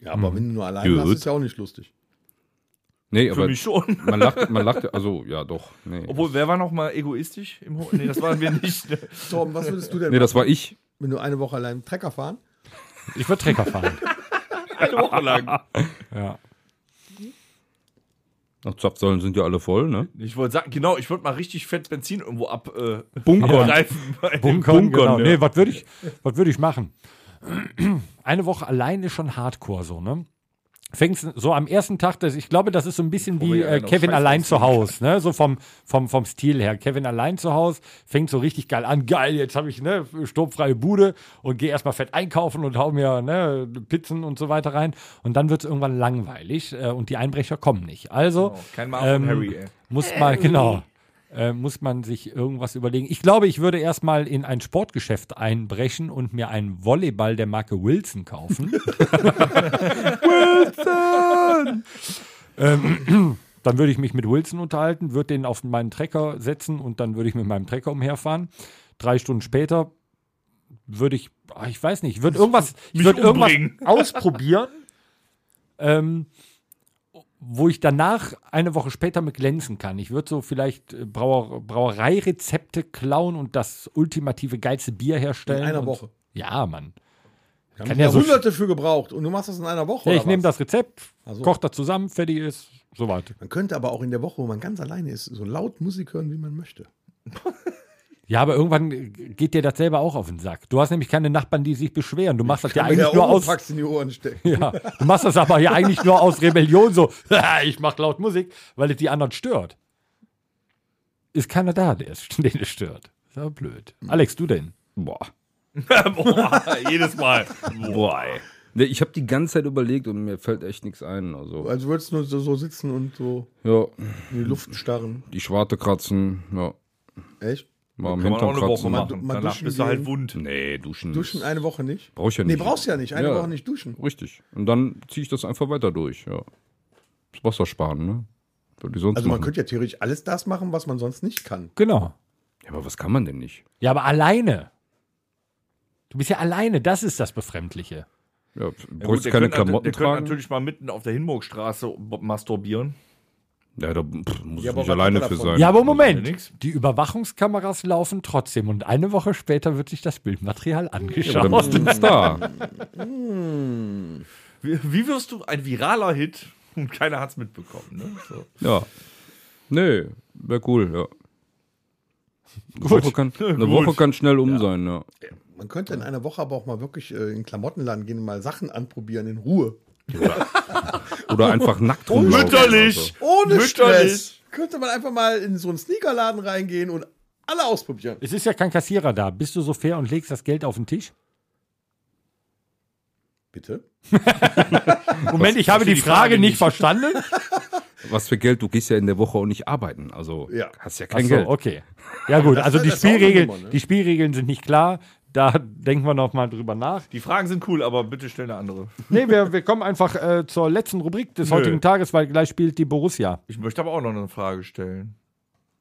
Speaker 2: Ja, aber wenn du nur allein
Speaker 3: Gut.
Speaker 2: warst, ist ja auch nicht lustig.
Speaker 3: Nee,
Speaker 4: Für
Speaker 3: aber
Speaker 4: mich schon.
Speaker 3: man lacht, man lacht, ja- also ja doch. Nee,
Speaker 4: Obwohl, wer war noch mal egoistisch? Im Ho nee, das waren wir nicht. ne?
Speaker 2: Torben, was würdest du denn
Speaker 3: nee das war ich.
Speaker 2: machen, wenn du eine Woche allein einen Trecker fahren?
Speaker 1: Ich würde Trecker fahren.
Speaker 4: Eine Woche lang.
Speaker 1: ja.
Speaker 3: Ach, Zapfsäulen sind ja alle voll, ne?
Speaker 4: Ich wollte sagen, genau, ich wollte mal richtig fett Benzin irgendwo ab, äh,
Speaker 3: Bunkern.
Speaker 4: abgreifen.
Speaker 1: Bunkern, genau.
Speaker 3: ja.
Speaker 1: Nee, was würde ich, was würd ich machen? Eine Woche allein ist schon Hardcore so, ne? fängst so am ersten Tag, das, ich glaube, das ist so ein bisschen wie
Speaker 4: wir ja
Speaker 1: äh,
Speaker 4: noch
Speaker 1: Kevin
Speaker 4: Scheiß
Speaker 1: allein zu Hause, ne? So vom, vom, vom Stil her. Kevin allein zu Hause fängt so richtig geil an. Geil, jetzt habe ich ne sturmfreie Bude und gehe erstmal fett einkaufen und hau mir ne, Pizzen und so weiter rein. Und dann wird es irgendwann langweilig äh, und die Einbrecher kommen nicht. Also
Speaker 4: Oh, kein Marvin
Speaker 1: ähm,
Speaker 4: Harry, ey.
Speaker 1: muss man, genau, äh, muss man sich irgendwas überlegen. Ich glaube, ich würde erstmal in ein Sportgeschäft einbrechen und mir einen Volleyball der Marke Wilson kaufen. Wilson! ähm, dann würde ich mich mit Wilson unterhalten, würde den auf meinen Trecker setzen und dann würde ich mit meinem Trecker umherfahren. Drei Stunden später würde ich, ah, ich weiß nicht, ich würde irgendwas, ich
Speaker 4: Mich
Speaker 1: würde irgendwas
Speaker 4: umbringen.
Speaker 1: ausprobieren, ähm, wo ich danach eine Woche später mit glänzen kann. Ich würde so vielleicht äh, Brauer, Brauereirezepte klauen und das ultimative geilste Bier herstellen.
Speaker 2: In einer
Speaker 1: und,
Speaker 2: Woche.
Speaker 1: Ja, Mann.
Speaker 2: Da
Speaker 1: Kann
Speaker 2: haben
Speaker 1: ja so-
Speaker 2: Jahrhunderte für gebraucht und du machst das in einer Woche.
Speaker 1: Ja,
Speaker 2: oder
Speaker 1: ich nehme
Speaker 2: was?
Speaker 1: das Rezept,
Speaker 2: Ach so.
Speaker 1: koch das zusammen, fertig ist, soweit.
Speaker 2: Man könnte aber auch in der Woche, wo man ganz alleine ist, so laut Musik hören, wie man möchte.
Speaker 1: Ja, aber irgendwann äh, geht dir das selber auch auf den Sack. Du hast nämlich keine Nachbarn, die sich beschweren. Du machst das ja
Speaker 2: Wenn
Speaker 1: eigentlich
Speaker 2: der
Speaker 1: nur aus.
Speaker 2: Oropax in die Ohren steckt.
Speaker 1: Ja, du machst das aber ja eigentlich nur aus Rebellion so. ich mach laut Musik, weil es die anderen stört. Ist keiner da, der es, den es stört. Ist aber blöd. Alex, du denn?
Speaker 3: Boah.
Speaker 4: Boah, jedes Mal. Boah, ey.
Speaker 3: Nee, Ich habe die ganze Zeit überlegt und mir fällt echt nichts ein. Also,
Speaker 2: Also würdest du nur so, so sitzen und so
Speaker 3: ja,
Speaker 2: in die Luft starren.
Speaker 3: die Schwarte kratzen, ja,
Speaker 2: Echt?
Speaker 3: mal am
Speaker 4: Kann man auch
Speaker 3: Hintern
Speaker 4: eine Woche
Speaker 3: kratzen.
Speaker 4: machen.
Speaker 2: mal
Speaker 4: Danach
Speaker 2: duschen
Speaker 4: bist du halt
Speaker 2: gehen.
Speaker 4: wund.
Speaker 3: Nee, duschen.
Speaker 2: Duschen
Speaker 3: ist-
Speaker 2: eine Woche nicht?
Speaker 3: Brauch ich ja
Speaker 2: Nee,
Speaker 3: nicht.
Speaker 2: brauchst ja nicht. Eine
Speaker 3: Ja.
Speaker 2: Woche nicht duschen.
Speaker 3: Richtig. Und dann ziehe ich das einfach weiter durch, ja. Das Wasser sparen, ne? Würde ich sonst
Speaker 2: Also man
Speaker 3: machen.
Speaker 2: könnte ja theoretisch alles das machen, was man sonst nicht kann.
Speaker 1: Genau.
Speaker 3: ja, aber was kann man denn nicht?
Speaker 1: Ja, aber alleine. Du bist ja alleine, das ist das Befremdliche.
Speaker 3: Ja, f-
Speaker 4: Ja, gut,
Speaker 3: bräuchst
Speaker 4: der könnte
Speaker 3: keine
Speaker 4: nat-
Speaker 3: Klamotten
Speaker 4: Der könnte
Speaker 3: tragen.
Speaker 4: natürlich mal mitten auf der Hinburgstraße b- masturbieren.
Speaker 3: ja, da pff, muss
Speaker 2: Ja, aber
Speaker 3: ich nicht
Speaker 2: was
Speaker 3: alleine
Speaker 2: hat er
Speaker 3: für
Speaker 2: davon?
Speaker 3: sein.
Speaker 1: Ja, aber
Speaker 4: Ja, nix.
Speaker 1: Moment. Die Überwachungskameras laufen trotzdem und eine Woche später wird sich das Bildmaterial
Speaker 3: Ja, dann bist
Speaker 1: angeschaut.
Speaker 3: du ein Star.
Speaker 4: Wie, wie wirst du ein viraler Hit? Und keiner hat's mitbekommen. Ne? So.
Speaker 3: Ja. Nee, wäre cool, ja. Eine
Speaker 1: Gut.
Speaker 3: Woche kann, eine Woche kann schnell um sein, ja.
Speaker 2: Man könnte in einer Woche aber auch mal wirklich äh, in den Klamottenladen gehen und mal Sachen anprobieren in Ruhe.
Speaker 3: Oder einfach nackt rumlaufen.
Speaker 4: Mütterlich!
Speaker 2: Ohne
Speaker 4: Mütterlich.
Speaker 2: Stress. Könnte man einfach mal in so einen Sneakerladen reingehen und alle ausprobieren.
Speaker 1: Es ist ja kein Kassierer da. Bist du so fair und legst das Geld auf den Tisch?
Speaker 2: Bitte?
Speaker 1: Moment, ich habe die Frage nicht verstanden.
Speaker 3: Also. Was für Geld, du gehst ja in der Woche auch nicht arbeiten, also
Speaker 2: Ja.
Speaker 3: hast ja
Speaker 1: Ach
Speaker 3: kein
Speaker 1: so,
Speaker 3: Geld.
Speaker 1: okay. Ja gut, also die
Speaker 2: das ist auch eine
Speaker 1: Spielregeln,
Speaker 2: Nummer, ne?
Speaker 1: die Spielregeln sind nicht klar. Da denken wir noch mal drüber nach.
Speaker 4: Die Fragen sind cool, aber bitte stell eine andere.
Speaker 1: Nee, wir, wir kommen einfach äh, zur letzten Rubrik des
Speaker 4: Nö.
Speaker 1: heutigen Tages, weil gleich spielt die Borussia.
Speaker 4: Ich möchte aber auch noch eine Frage stellen.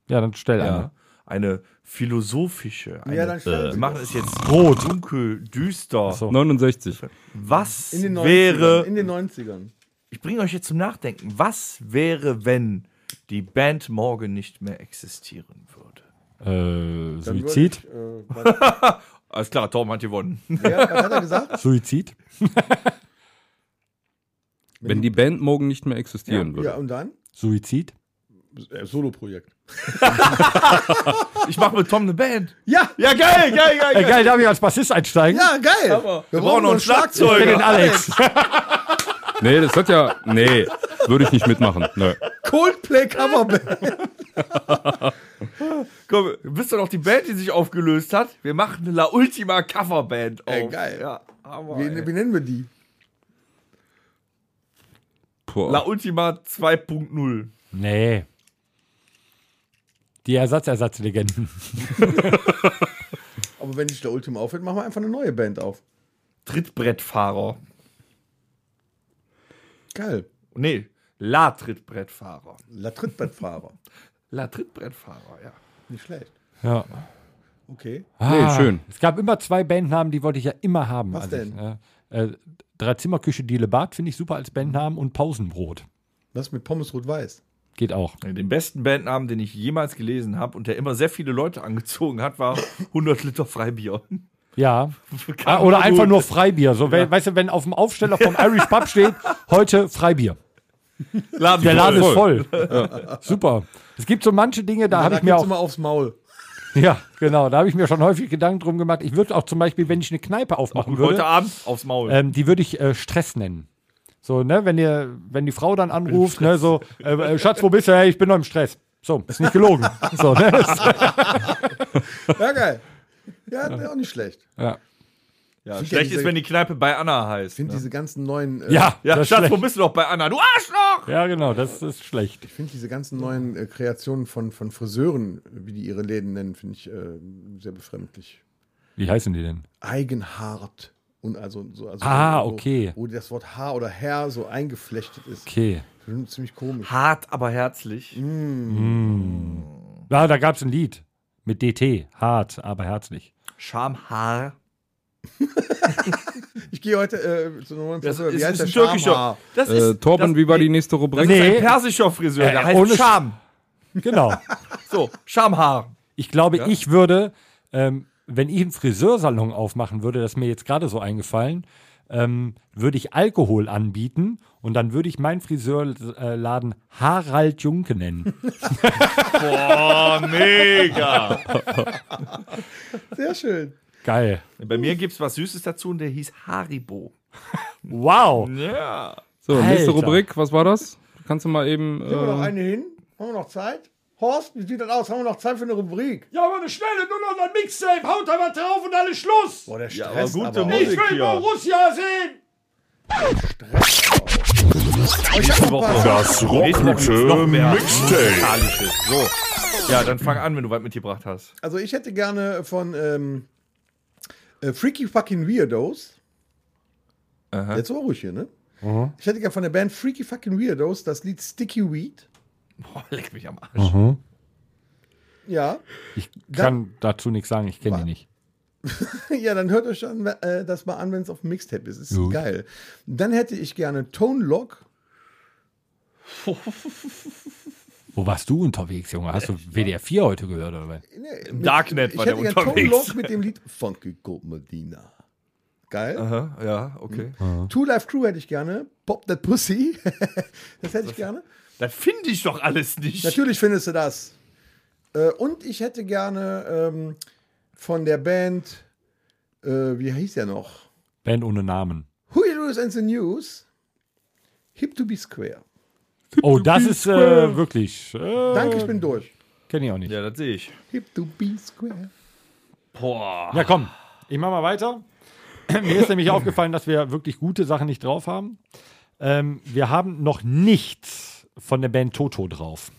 Speaker 1: Ja, dann stell eine.
Speaker 4: Eine philosophische. Eine,
Speaker 2: Ja,
Speaker 1: Äh,
Speaker 2: dann stell
Speaker 4: wir
Speaker 2: sie
Speaker 4: machen es jetzt rot, dunkel, düster.
Speaker 3: Ne?
Speaker 1: so.
Speaker 3: 69.
Speaker 4: Was
Speaker 2: In den 90ern.
Speaker 4: wäre
Speaker 2: in den 90ern.
Speaker 4: ich bringe euch jetzt zum Nachdenken. Was wäre, wenn die Band morgen nicht mehr existieren würde?
Speaker 1: Äh,
Speaker 2: Dann würde
Speaker 1: Suizid?
Speaker 2: Ich, äh, was,
Speaker 4: Alles klar, Tom hat gewonnen.
Speaker 2: wer, was hat er gesagt?
Speaker 1: Suizid?
Speaker 3: Wenn die Band morgen nicht mehr existieren würde.
Speaker 2: Ja, und dann?
Speaker 1: Suizid?
Speaker 2: Äh, Solo-Projekt.
Speaker 4: Ich mache mit Tom eine Band.
Speaker 2: Ja,
Speaker 4: Ja, geil, geil,
Speaker 1: Äh,
Speaker 4: geil.
Speaker 1: geil, darf ich als Bassist einsteigen?
Speaker 2: ja, geil.
Speaker 4: Wir brauchen noch einen
Speaker 1: Ich bin
Speaker 4: Schlagzeuger.
Speaker 1: den Alex.
Speaker 3: Nee, das hat ja. Nee, würde ich nicht mitmachen. Nee.
Speaker 2: Coldplay-Coverband.
Speaker 4: Komm, bist du noch die Band, die sich aufgelöst hat? Wir machen eine La Ultima Coverband auf.
Speaker 2: Ey, geil.
Speaker 4: Oh, Ja, aber,
Speaker 2: Wie, wie nennen wir die?
Speaker 4: La
Speaker 3: Boah.
Speaker 4: Ultima 2.0.
Speaker 1: Nee. Die Ersatzersatzlegenden.
Speaker 2: Aber wenn nicht der Ultima aufhört, machen wir einfach eine neue Band auf.
Speaker 4: Trittbrettfahrer.
Speaker 2: Geil.
Speaker 4: Nee, La Trittbrettfahrer.
Speaker 2: La Trittbettfahrer.
Speaker 4: La Trittbrettfahrer, ja.
Speaker 2: Nicht schlecht.
Speaker 1: Ja.
Speaker 2: Okay.
Speaker 1: Ah,
Speaker 3: schön.
Speaker 1: Es gab immer zwei Bandnamen, die wollte ich ja immer haben.
Speaker 2: Was
Speaker 1: Also ich,
Speaker 2: denn?
Speaker 1: äh, äh, Dreizimmerküche Diele Bad finde ich super als Bandnamen und Pausenbrot.
Speaker 2: Was mit Pommes Rot-Weiß?
Speaker 1: Geht auch.
Speaker 4: Den besten Bandnamen, den ich jemals gelesen habe und der immer sehr viele Leute angezogen hat, war 100 Liter Freibier.
Speaker 1: Ja.
Speaker 4: Kam
Speaker 1: Ah, oder
Speaker 4: immer
Speaker 1: einfach
Speaker 4: gut.
Speaker 1: nur Freibier. So, we- Weißt du, wenn auf dem Aufsteller vom Irish Pub steht, heute Freibier.
Speaker 4: Laden
Speaker 1: Der
Speaker 4: voll.
Speaker 1: Laden ist voll. Super. Es gibt so manche Dinge, da habe ich mir
Speaker 2: geht's
Speaker 1: auch.
Speaker 2: immer aufs Maul.
Speaker 1: Ja, genau. Da habe ich mir schon häufig Gedanken drum gemacht. Ich würde auch zum Beispiel, wenn ich eine Kneipe aufmachen
Speaker 4: Gut, heute
Speaker 1: würde,
Speaker 4: Abend aufs Maul.
Speaker 1: ähm, die würde ich äh, Stress nennen. So, ne, wenn ihr, wenn die Frau dann anruft, ne, so, äh, äh, Schatz, wo bist du? Hey, ich bin noch im Stress. So, ist nicht gelogen. so, ne?
Speaker 2: Ja, geil. Ja, auch nicht schlecht.
Speaker 4: Ja,
Speaker 2: Sind ja
Speaker 4: schlecht
Speaker 2: diese-
Speaker 4: ist, wenn die Kneipe bei Anna heißt.
Speaker 2: Ich finde
Speaker 4: ne?
Speaker 2: diese ganzen neuen, äh,
Speaker 1: Ja,
Speaker 4: Ja,
Speaker 1: das ist
Speaker 4: Schatz, wo
Speaker 1: schlecht.
Speaker 4: bist du doch bei Anna? Du Arschloch!
Speaker 1: ja, genau, das ist schlecht.
Speaker 2: ich finde diese ganzen neuen äh, Kreationen von, von Friseuren, wie die ihre Läden nennen, finde ich äh, sehr befremdlich.
Speaker 1: Wie heißen die denn?
Speaker 2: Eigenhart. Und also, so, also
Speaker 1: Ah,
Speaker 2: wo-
Speaker 1: okay.
Speaker 2: Wo das Wort Haar oder Herr so eingeflechtet ist.
Speaker 1: Okay.
Speaker 2: Finde ich ziemlich komisch.
Speaker 4: Hart, aber herzlich.
Speaker 1: Ja, da gab es ein Lied mit DT. Hart, aber herzlich.
Speaker 4: Schamhaar.
Speaker 2: Ich gehe heute äh, zu einem neuen
Speaker 4: Das
Speaker 2: Friseur.
Speaker 4: ist,
Speaker 2: Wie heißt
Speaker 4: ist
Speaker 2: der
Speaker 4: ein türkischer.
Speaker 2: Schamhaar?
Speaker 4: Das
Speaker 3: Äh, Torben,
Speaker 4: das-
Speaker 3: wie war die nächste Rubrik?
Speaker 4: Das ist
Speaker 1: Nee.
Speaker 4: ein persischer Friseur, der
Speaker 1: Äh,
Speaker 4: heißt
Speaker 1: ohne Sch-
Speaker 4: Scham.
Speaker 1: Genau.
Speaker 4: So, Schamhaar.
Speaker 1: Ich glaube,
Speaker 4: Ja.
Speaker 1: ich würde, ähm, wenn ich einen Friseursalon aufmachen würde, das ist mir jetzt gerade so eingefallen, ähm, würde ich Alkohol anbieten und dann würde ich meinen Friseurladen Harald Junke nennen.
Speaker 4: Boah, mega.
Speaker 2: Sehr schön.
Speaker 1: Geil.
Speaker 4: Bei mir gibt's was Süßes dazu und der hieß Haribo.
Speaker 1: Wow.
Speaker 4: Ja.
Speaker 3: So, nächste
Speaker 1: Alter.
Speaker 3: Rubrik, was war das? Kannst du mal eben.
Speaker 2: Nehmen wir
Speaker 4: Ähm.
Speaker 2: noch
Speaker 3: Äh,
Speaker 2: eine hin? Haben wir noch Zeit? Horst, wie sieht das aus? Haben wir noch Zeit für eine Rubrik?
Speaker 1: Ja, aber eine schnelle, nur noch ein Mixtape. Haut da was drauf und alles Schluss.
Speaker 2: Boah, der Stress.
Speaker 4: aber gute
Speaker 2: auch.
Speaker 4: Musik. will hier.
Speaker 1: Borussia sehen.
Speaker 6: Das Rockhütte Mixtape.
Speaker 4: Musikalisches. So. Ja, dann fang an, wenn du was mitgebracht hast.
Speaker 2: Also ich hätte gerne von ähm, äh, Freaky Fucking Weirdos. Jetzt war ruhig hier, ne? Ich hätte gerne von der Band Freaky Fucking Weirdos das Lied Sticky Weed.
Speaker 4: Boah, leck mich am Arsch.
Speaker 2: Ja.
Speaker 1: Ich kann dazu nichts sagen, ich kenne die nicht.
Speaker 2: Ja, dann hört euch dann, äh, das mal an, wenn es auf dem Mixtape ist. Ist geil. Dann hätte ich gerne Tone Lock.
Speaker 1: Wo warst du unterwegs, Junge? Hast du WDR 4 heute gehört oder was?
Speaker 2: Nee, mit-
Speaker 4: Darknet
Speaker 2: ich
Speaker 4: war
Speaker 2: hätte
Speaker 4: der
Speaker 2: gerne Tone
Speaker 4: unterwegs.
Speaker 2: Lock mit dem Lied Funky Gold Medina. Geil.
Speaker 4: Aha, ja, okay.
Speaker 2: Two Life Crew hätte ich gerne. Pop That Pussy. das hätte ich gerne.
Speaker 4: Das finde ich doch alles nicht.
Speaker 2: Natürlich findest du das. Äh, und ich hätte gerne ähm, von der Band, äh, wie hieß der noch?
Speaker 1: Band ohne Namen.
Speaker 2: Who You Lose and the News. Hip to be square.
Speaker 1: Oh, das ist äh, wirklich. Äh,
Speaker 2: Danke, ich bin durch.
Speaker 1: Kenne ich auch nicht.
Speaker 4: Ja, das sehe ich.
Speaker 2: Hip to be square.
Speaker 4: Boah.
Speaker 1: Ja, komm, ich mach mal weiter. Mir ist nämlich aufgefallen, dass wir wirklich gute Sachen nicht drauf haben. Ähm, wir haben noch nichts von der Band Toto drauf.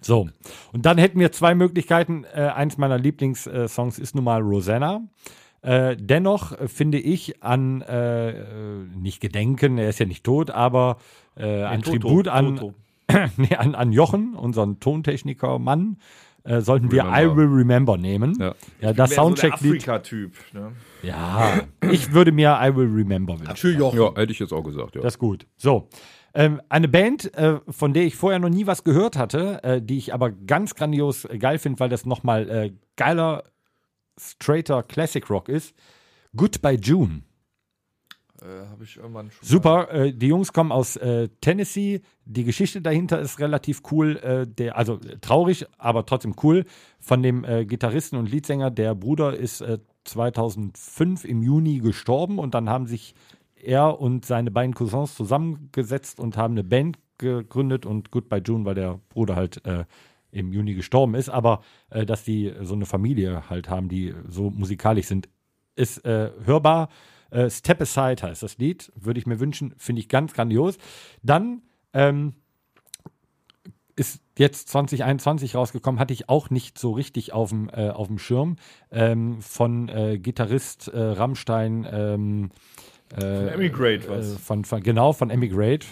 Speaker 1: So, und dann hätten wir zwei Möglichkeiten. Äh, eins meiner Lieblingssongs ist nun mal Rosanna. Äh, dennoch äh, finde ich an, äh, äh, nicht Gedenken, er ist ja nicht tot, aber äh, ein
Speaker 4: Toto,
Speaker 1: Tribut an,
Speaker 4: Toto.
Speaker 1: nee, an, an Jochen, unseren Tontechniker-Mann, äh, sollten wir I
Speaker 3: Remember.
Speaker 1: Will Remember nehmen.
Speaker 3: Ja.
Speaker 1: Ja, das
Speaker 4: Mehr so der
Speaker 1: Soundcheck-Lied.
Speaker 4: Afrika-Typ. Ne?
Speaker 1: ja, ich würde mir I Will Remember wünschen.
Speaker 2: Für Jochen.
Speaker 3: ja, hätte ich jetzt auch gesagt, ja.
Speaker 1: Das ist gut. So. Ähm, eine Band, äh, von der ich vorher noch nie was gehört hatte, äh, die ich aber ganz grandios äh, geil finde, weil das nochmal äh, geiler, straighter Classic Rock ist. Goodbye June.
Speaker 4: Äh, Habe ich irgendwann schon.
Speaker 1: Super. Äh, die Jungs kommen aus äh, Tennessee. Die Geschichte dahinter ist relativ cool. Äh, der, also äh, traurig, aber trotzdem cool. Von dem äh, Gitarristen und Leadsänger, der Bruder ist äh, 2005 im Juni gestorben und dann haben sich er und seine beiden Cousins zusammengesetzt und haben eine Band gegründet und Goodbye June, weil der Bruder halt äh, im Juni gestorben ist, aber äh, dass die so eine Familie halt haben, die so musikalisch sind, ist äh, hörbar. Äh, Step Aside heißt das Lied, würde ich mir wünschen, finde ich ganz grandios. Dann ähm, ist jetzt 2021 rausgekommen, hatte ich auch nicht so richtig auf dem äh, auf'm Schirm, ähm, von äh, Gitarrist äh, Rammstein. Ähm, äh,
Speaker 4: Emigrate,
Speaker 1: äh,
Speaker 4: was?
Speaker 1: von, von, genau, von Emigrate.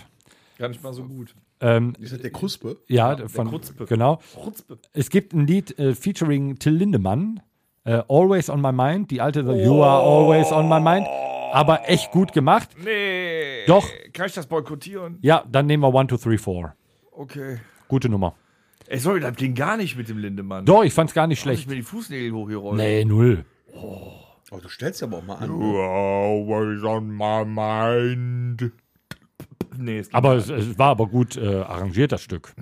Speaker 4: Gar nicht mal so gut.
Speaker 1: Ähm,
Speaker 2: Ist das der Kruspe?
Speaker 1: ja, von,
Speaker 4: Krutzpe.
Speaker 1: genau.
Speaker 4: Rutzpe.
Speaker 1: Es gibt ein Lied äh, featuring Till Lindemann, äh, Always on My Mind, die alte You Are Always on My Mind, aber echt gut gemacht.
Speaker 4: Nee.
Speaker 1: Doch.
Speaker 4: Kann ich das boykottieren?
Speaker 1: Ja, dann nehmen wir 1, 2, 3, 4.
Speaker 4: Okay.
Speaker 1: Gute Nummer.
Speaker 4: Ey, sorry, das ging gar nicht mit dem Lindemann.
Speaker 1: Doch, ich fand's gar nicht
Speaker 4: Muss ich
Speaker 1: schlecht.
Speaker 4: mir die Fußnägel hochgerollt.
Speaker 1: Nee, null.
Speaker 2: Oh, du stellst ja aber auch mal an.
Speaker 4: Always on my mind. Nee, es geht
Speaker 1: Aber es, es war aber gut äh, arrangiert, das Stück.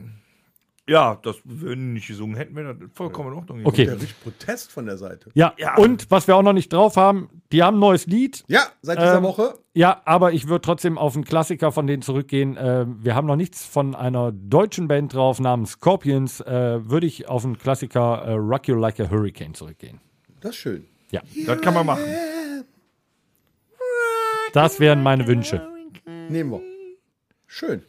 Speaker 4: Ja, das, wenn nicht gesungen hätten, wäre das vollkommen in Ordnung. gewesen.
Speaker 1: Okay.
Speaker 2: Der riecht Protest von der Seite.
Speaker 1: Ja, und was wir auch noch nicht drauf haben, die haben ein neues Lied.
Speaker 2: Ja, seit dieser
Speaker 1: Ähm,
Speaker 2: Woche.
Speaker 1: Ja, aber ich würde trotzdem auf einen Klassiker von denen zurückgehen. Äh, wir haben noch nichts von einer deutschen Band drauf namens Scorpions. Äh, würde ich auf einen Klassiker äh, Rock You Like a Hurricane zurückgehen.
Speaker 2: Das ist schön.
Speaker 1: Ja,
Speaker 4: Das kann man machen.
Speaker 1: das wären meine Wünsche.
Speaker 2: Nehmen wir. Schön.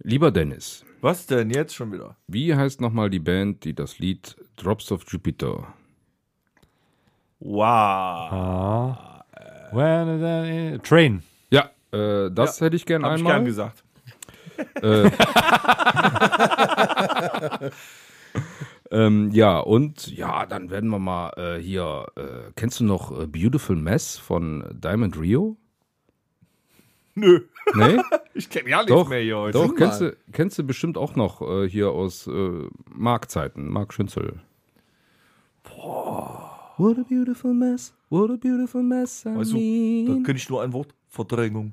Speaker 3: Lieber Dennis,
Speaker 4: Was denn jetzt schon wieder?
Speaker 3: wie heißt nochmal die Band, die das Lied Drops of Jupiter?
Speaker 4: Wow.
Speaker 1: When the- Train.
Speaker 3: Ja, äh, das hätte ich gern
Speaker 4: Hab ich
Speaker 3: einmal. Äh,
Speaker 4: gern gesagt.
Speaker 3: ähm, ja, und ja, dann werden wir mal äh, hier. Äh, kennst du noch äh, Beautiful Mess von Diamond Rio?
Speaker 4: Nö.
Speaker 3: Nee?
Speaker 4: Ich kenne ja nichts
Speaker 3: Doch,
Speaker 4: mehr hier heute.
Speaker 3: Doch, kennst du, kennst du bestimmt auch noch äh, hier aus äh, Markzeiten, Mark Schünzel. Boah. What a beautiful mess, what a beautiful mess I
Speaker 4: Weißt du, da könnte ich nur ein Wort. Verdrängung.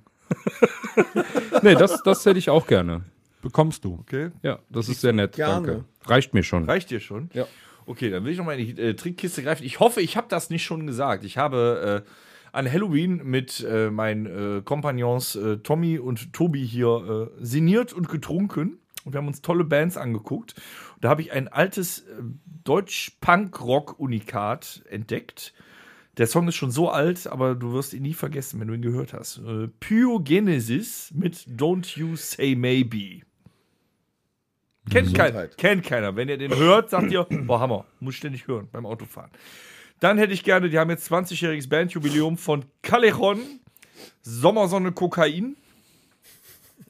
Speaker 3: Nee, das, das hätte ich auch gerne.
Speaker 1: Bekommst du.
Speaker 4: Okay.
Speaker 3: Ja, das ist sehr nett,
Speaker 2: Gerne.
Speaker 3: danke. Reicht mir schon.
Speaker 4: Reicht dir schon?
Speaker 3: Ja.
Speaker 4: Okay, dann will ich noch mal in die äh, Trickkiste greifen. Ich hoffe, ich habe das nicht schon gesagt. Ich habe äh, an Halloween mit äh, meinen äh, Kompagnons äh, Tommy und Tobi hier äh, sinniert und getrunken. Und wir haben uns tolle Bands angeguckt. Da habe ich ein altes äh, Deutsch-Punk-Rock-Unikat entdeckt. Der Song ist schon so alt, aber du wirst ihn nie vergessen, wenn du ihn gehört hast. Äh, Pyogenesis mit Don't You Say Maybe. Kennt, kein,
Speaker 2: Gesundheit.
Speaker 4: kennt keiner. Wenn ihr den hört, sagt ihr, boah, Hammer, muss ich ständig hören beim Autofahren. Dann hätte ich gerne, die haben jetzt 20-jähriges Bandjubiläum von Callejon, Sommersonne Kokain.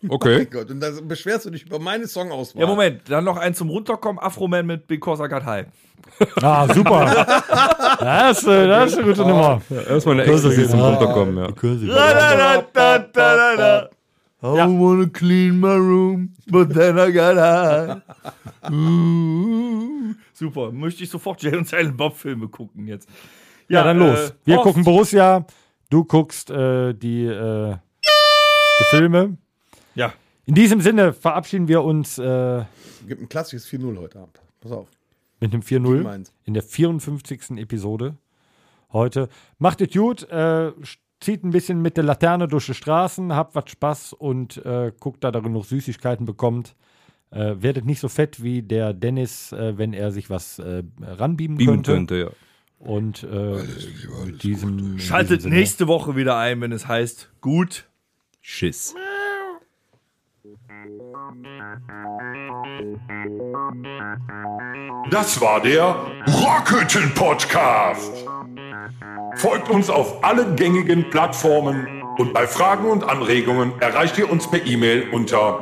Speaker 3: Okay.
Speaker 2: Mein Gott, und da beschwerst du dich über meine Songauswahl.
Speaker 4: Ja, Moment, dann noch einen zum Runterkommen, Afro-Man mit Because I Got High.
Speaker 1: Ah, super. das, ist, äh, das ist eine gute Nummer.
Speaker 3: Erstmal eine Ecstasy zum Runterkommen, ja.
Speaker 4: I wanna clean my room, but then I got high. Ooh. Super, möchte ich sofort Jay und Silent Bob Filme gucken jetzt.
Speaker 1: Ja, dann los.
Speaker 4: äh,
Speaker 1: Wir
Speaker 4: Horst.
Speaker 1: gucken Borussia. Du guckst äh, die, äh, die Filme.
Speaker 4: Ja,
Speaker 1: In diesem Sinne verabschieden wir uns äh,
Speaker 2: Gibt ein klassisches 4-0 heute Abend. Pass auf.
Speaker 1: mit einem
Speaker 2: Ich
Speaker 1: 4-0
Speaker 2: mein's.
Speaker 1: in der 54. Episode heute. Macht es gut, äh, sch- zieht ein bisschen mit der Laterne durch die Straßen, habt was Spaß und äh, guckt, da ihr genug Süßigkeiten bekommt. Äh, werdet nicht so fett wie der Dennis, äh, wenn er sich was äh, ranbieben
Speaker 3: Beamen
Speaker 1: könnte.
Speaker 3: könnte, ja.
Speaker 1: Und äh, mit diesem, in diesem
Speaker 4: schaltet
Speaker 1: Sinne.
Speaker 4: nächste Woche wieder ein, wenn es heißt, gut.
Speaker 3: Schiss.
Speaker 6: Das war der Rockhütten Podcast. Folgt uns auf allen gängigen Plattformen und bei Fragen und Anregungen erreicht ihr uns per E-Mail unter